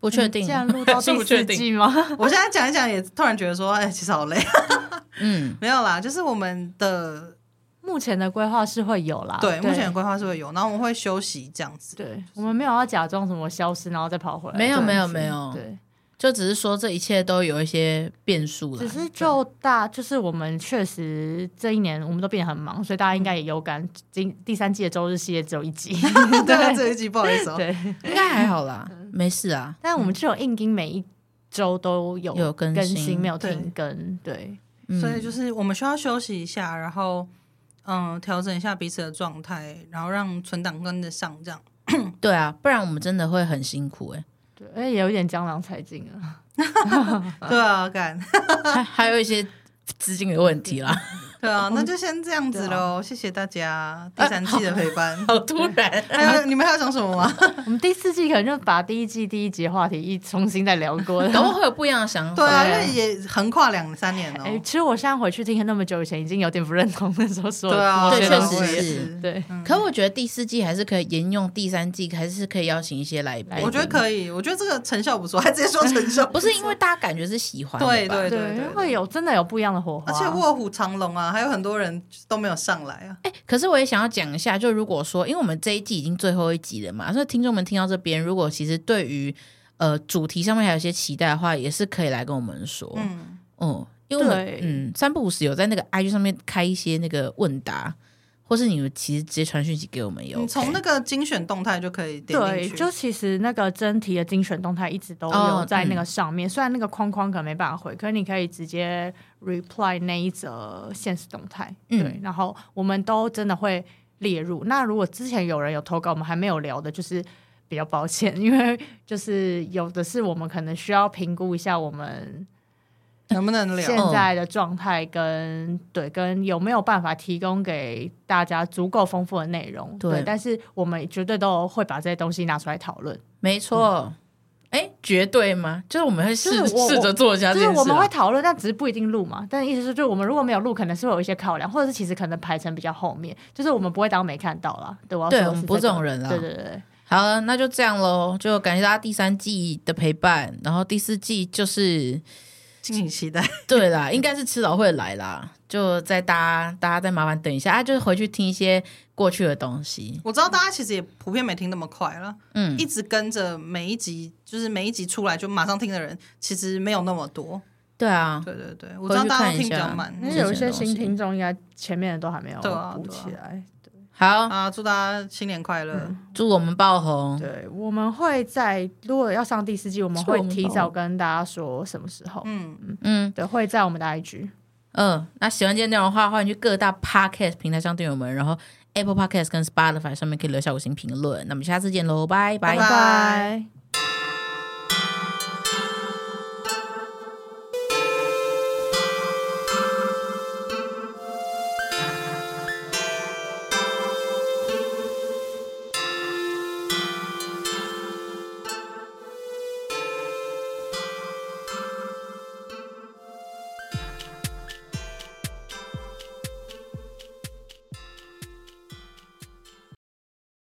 B: 不确定
C: 嗯既，然录 到
B: 是不
C: 第
B: 确
C: 四
B: 定
C: 季 吗？
A: 我现在讲一讲也突然觉得说，哎、其实好累，
B: 嗯，
A: 没有啦，就是我们的
C: 目前的规划是会有啦，
A: 啊对目前的规划是会有，然后我们会休息这样子，
C: 对，我们没有要假装什么消失，然后再跑回来。
B: 没有
C: 对
B: 没有没有
C: 对，
B: 就只是说这一切都有一些变数了，
C: 只是就大，就是我们确实这一年我们都变得很忙，所以大家应该也有感。今第三季的周日系列只有一集，
A: 对啊，这一季不好意思哦、
C: 对，
B: 应该还好啦，没事啊，
C: 但我们这种硬盯每一周都有
B: 有更
C: 更
B: 新
C: 没有
A: 对
C: 停更，对，
B: 嗯
A: 所以就是我们需要休息一下，然后嗯调整一下彼此的状态，然后让存档跟得上这样。
B: 对啊，不然我们真的会很辛苦哎、
C: 对，而且也有一点江郎才尽啊。
A: 对啊， 干，
B: 还还有一些资金的问题啦，
A: 对啊，那就先这样 子喽，谢谢大家第三季的陪伴。
B: 好突然，
A: 还有你们还要讲什 么吗？
C: 我们第四季可能就把第一季第一集的话题一重新再聊过
B: 搞不好会有不一样的想
A: 对
B: 法，
A: 啊，因为也横跨两三年
C: 哎、
A: 哦。
C: 其实我现在回去听那么久以前，已经有点不认同那时候说的
A: 对啊，
C: 我觉得
B: 确
A: 我
B: 实
A: 也
B: 是
A: 是。
C: 对，
B: 可我觉得第四季还是可以沿用第三季，还是可以邀请一些来宾。
A: 我觉得可以，我觉得这个成效不错，还直接说成效
B: 不是因为大家感觉是喜欢的吧，
A: 对对对
C: 因
A: 对
C: 为
A: 对，
C: 有真的有不一样的火花，
A: 而且卧虎藏龙啊，还有很多人都没有上来啊。
B: 哎、可是我也想要讲一下，就如果说，因为我们这一季已经最后一集了嘛，所以听众们听到这边，如果其实对于呃主题上面还有一些期待的话，也是可以来跟我们说。嗯，
A: 嗯，
B: 因为我们
C: 对
B: 嗯三不五时有在那个 IG 上面开一些那个问答，或是你们其实直接传讯息给我们有、
C: 嗯
A: 你从那个精选动态就可以点
C: 对，
A: 进去。哦
C: 就其实那个真题的精选动态一直都有在
A: 嗯
C: 那个上面，虽然那个框框可能没办法回，可是你可以直接 reply 那一则现实动态，
B: 嗯
C: 对，然后我们都真的会列入。那如果之前有人有投稿，我们还没有聊的，就是。比较抱歉， 因为就是有的是我们可能需要评估一下我们
A: 能不能
C: 现
A: 聊？嗯
C: 在的状态跟、对跟有没有办法提供给大家足够丰富的内容
B: 对
C: 但是我们绝对都会把这些东西拿出来讨论。
B: 没错。哎、哎，绝对吗？就是我们会试
C: 嗯就是我
B: 试着做一下
C: 就
B: 这
C: 是
B: 件事、啊。
C: 我们会讨论，但只是不一定录嘛。但是意思是，就我们如果没有录，可能是会有一些考量，或者是其实可能排程比较后面，就是我们不会当没看到啦。对，我要
B: 对
C: 说的
B: 我们
C: 是
B: 不
C: 这
B: 这
C: 个
B: 种人啦啊
C: 对对对对，
B: 好了，那就这样喽，就感谢大家第三季的陪伴，然后第四季就是
A: 敬请期待。
B: 对啦，应该是迟早会来啦，就再大家大家再麻烦等一下啊，就是回去听一些过去的东西，
A: 我知道大家其实也普遍没听那么快了，
B: 嗯
A: 一，直跟着每一集，就是每一集出来就马上听的人，其实没有那么多。
B: 对啊，
A: 对对对，我知道大家都听比较慢
B: 回
C: 因为
B: 去看
C: 有
B: 一
C: 一
B: 下
C: 些新听众应该前面的都还没有
A: 对啊
C: 补
A: 对啊
C: 起来。
B: 好，
A: 啊！祝大家新年快乐！
C: 嗯
B: 祝我们爆红，
C: 对，我们会在如果要上第四季，我们会
B: 错
C: 提
B: 过
C: 早跟大家说什么时候。
A: 嗯，
B: 嗯
C: 对，会在我们的 IG。
B: 嗯，那喜欢今天内容的话，欢迎去各大 podcast 平台上订阅我们，然后 Apple Podcast 跟 Spotify 上面可以留下五星评论，那我们下次见喽，拜
A: 拜拜
C: 拜。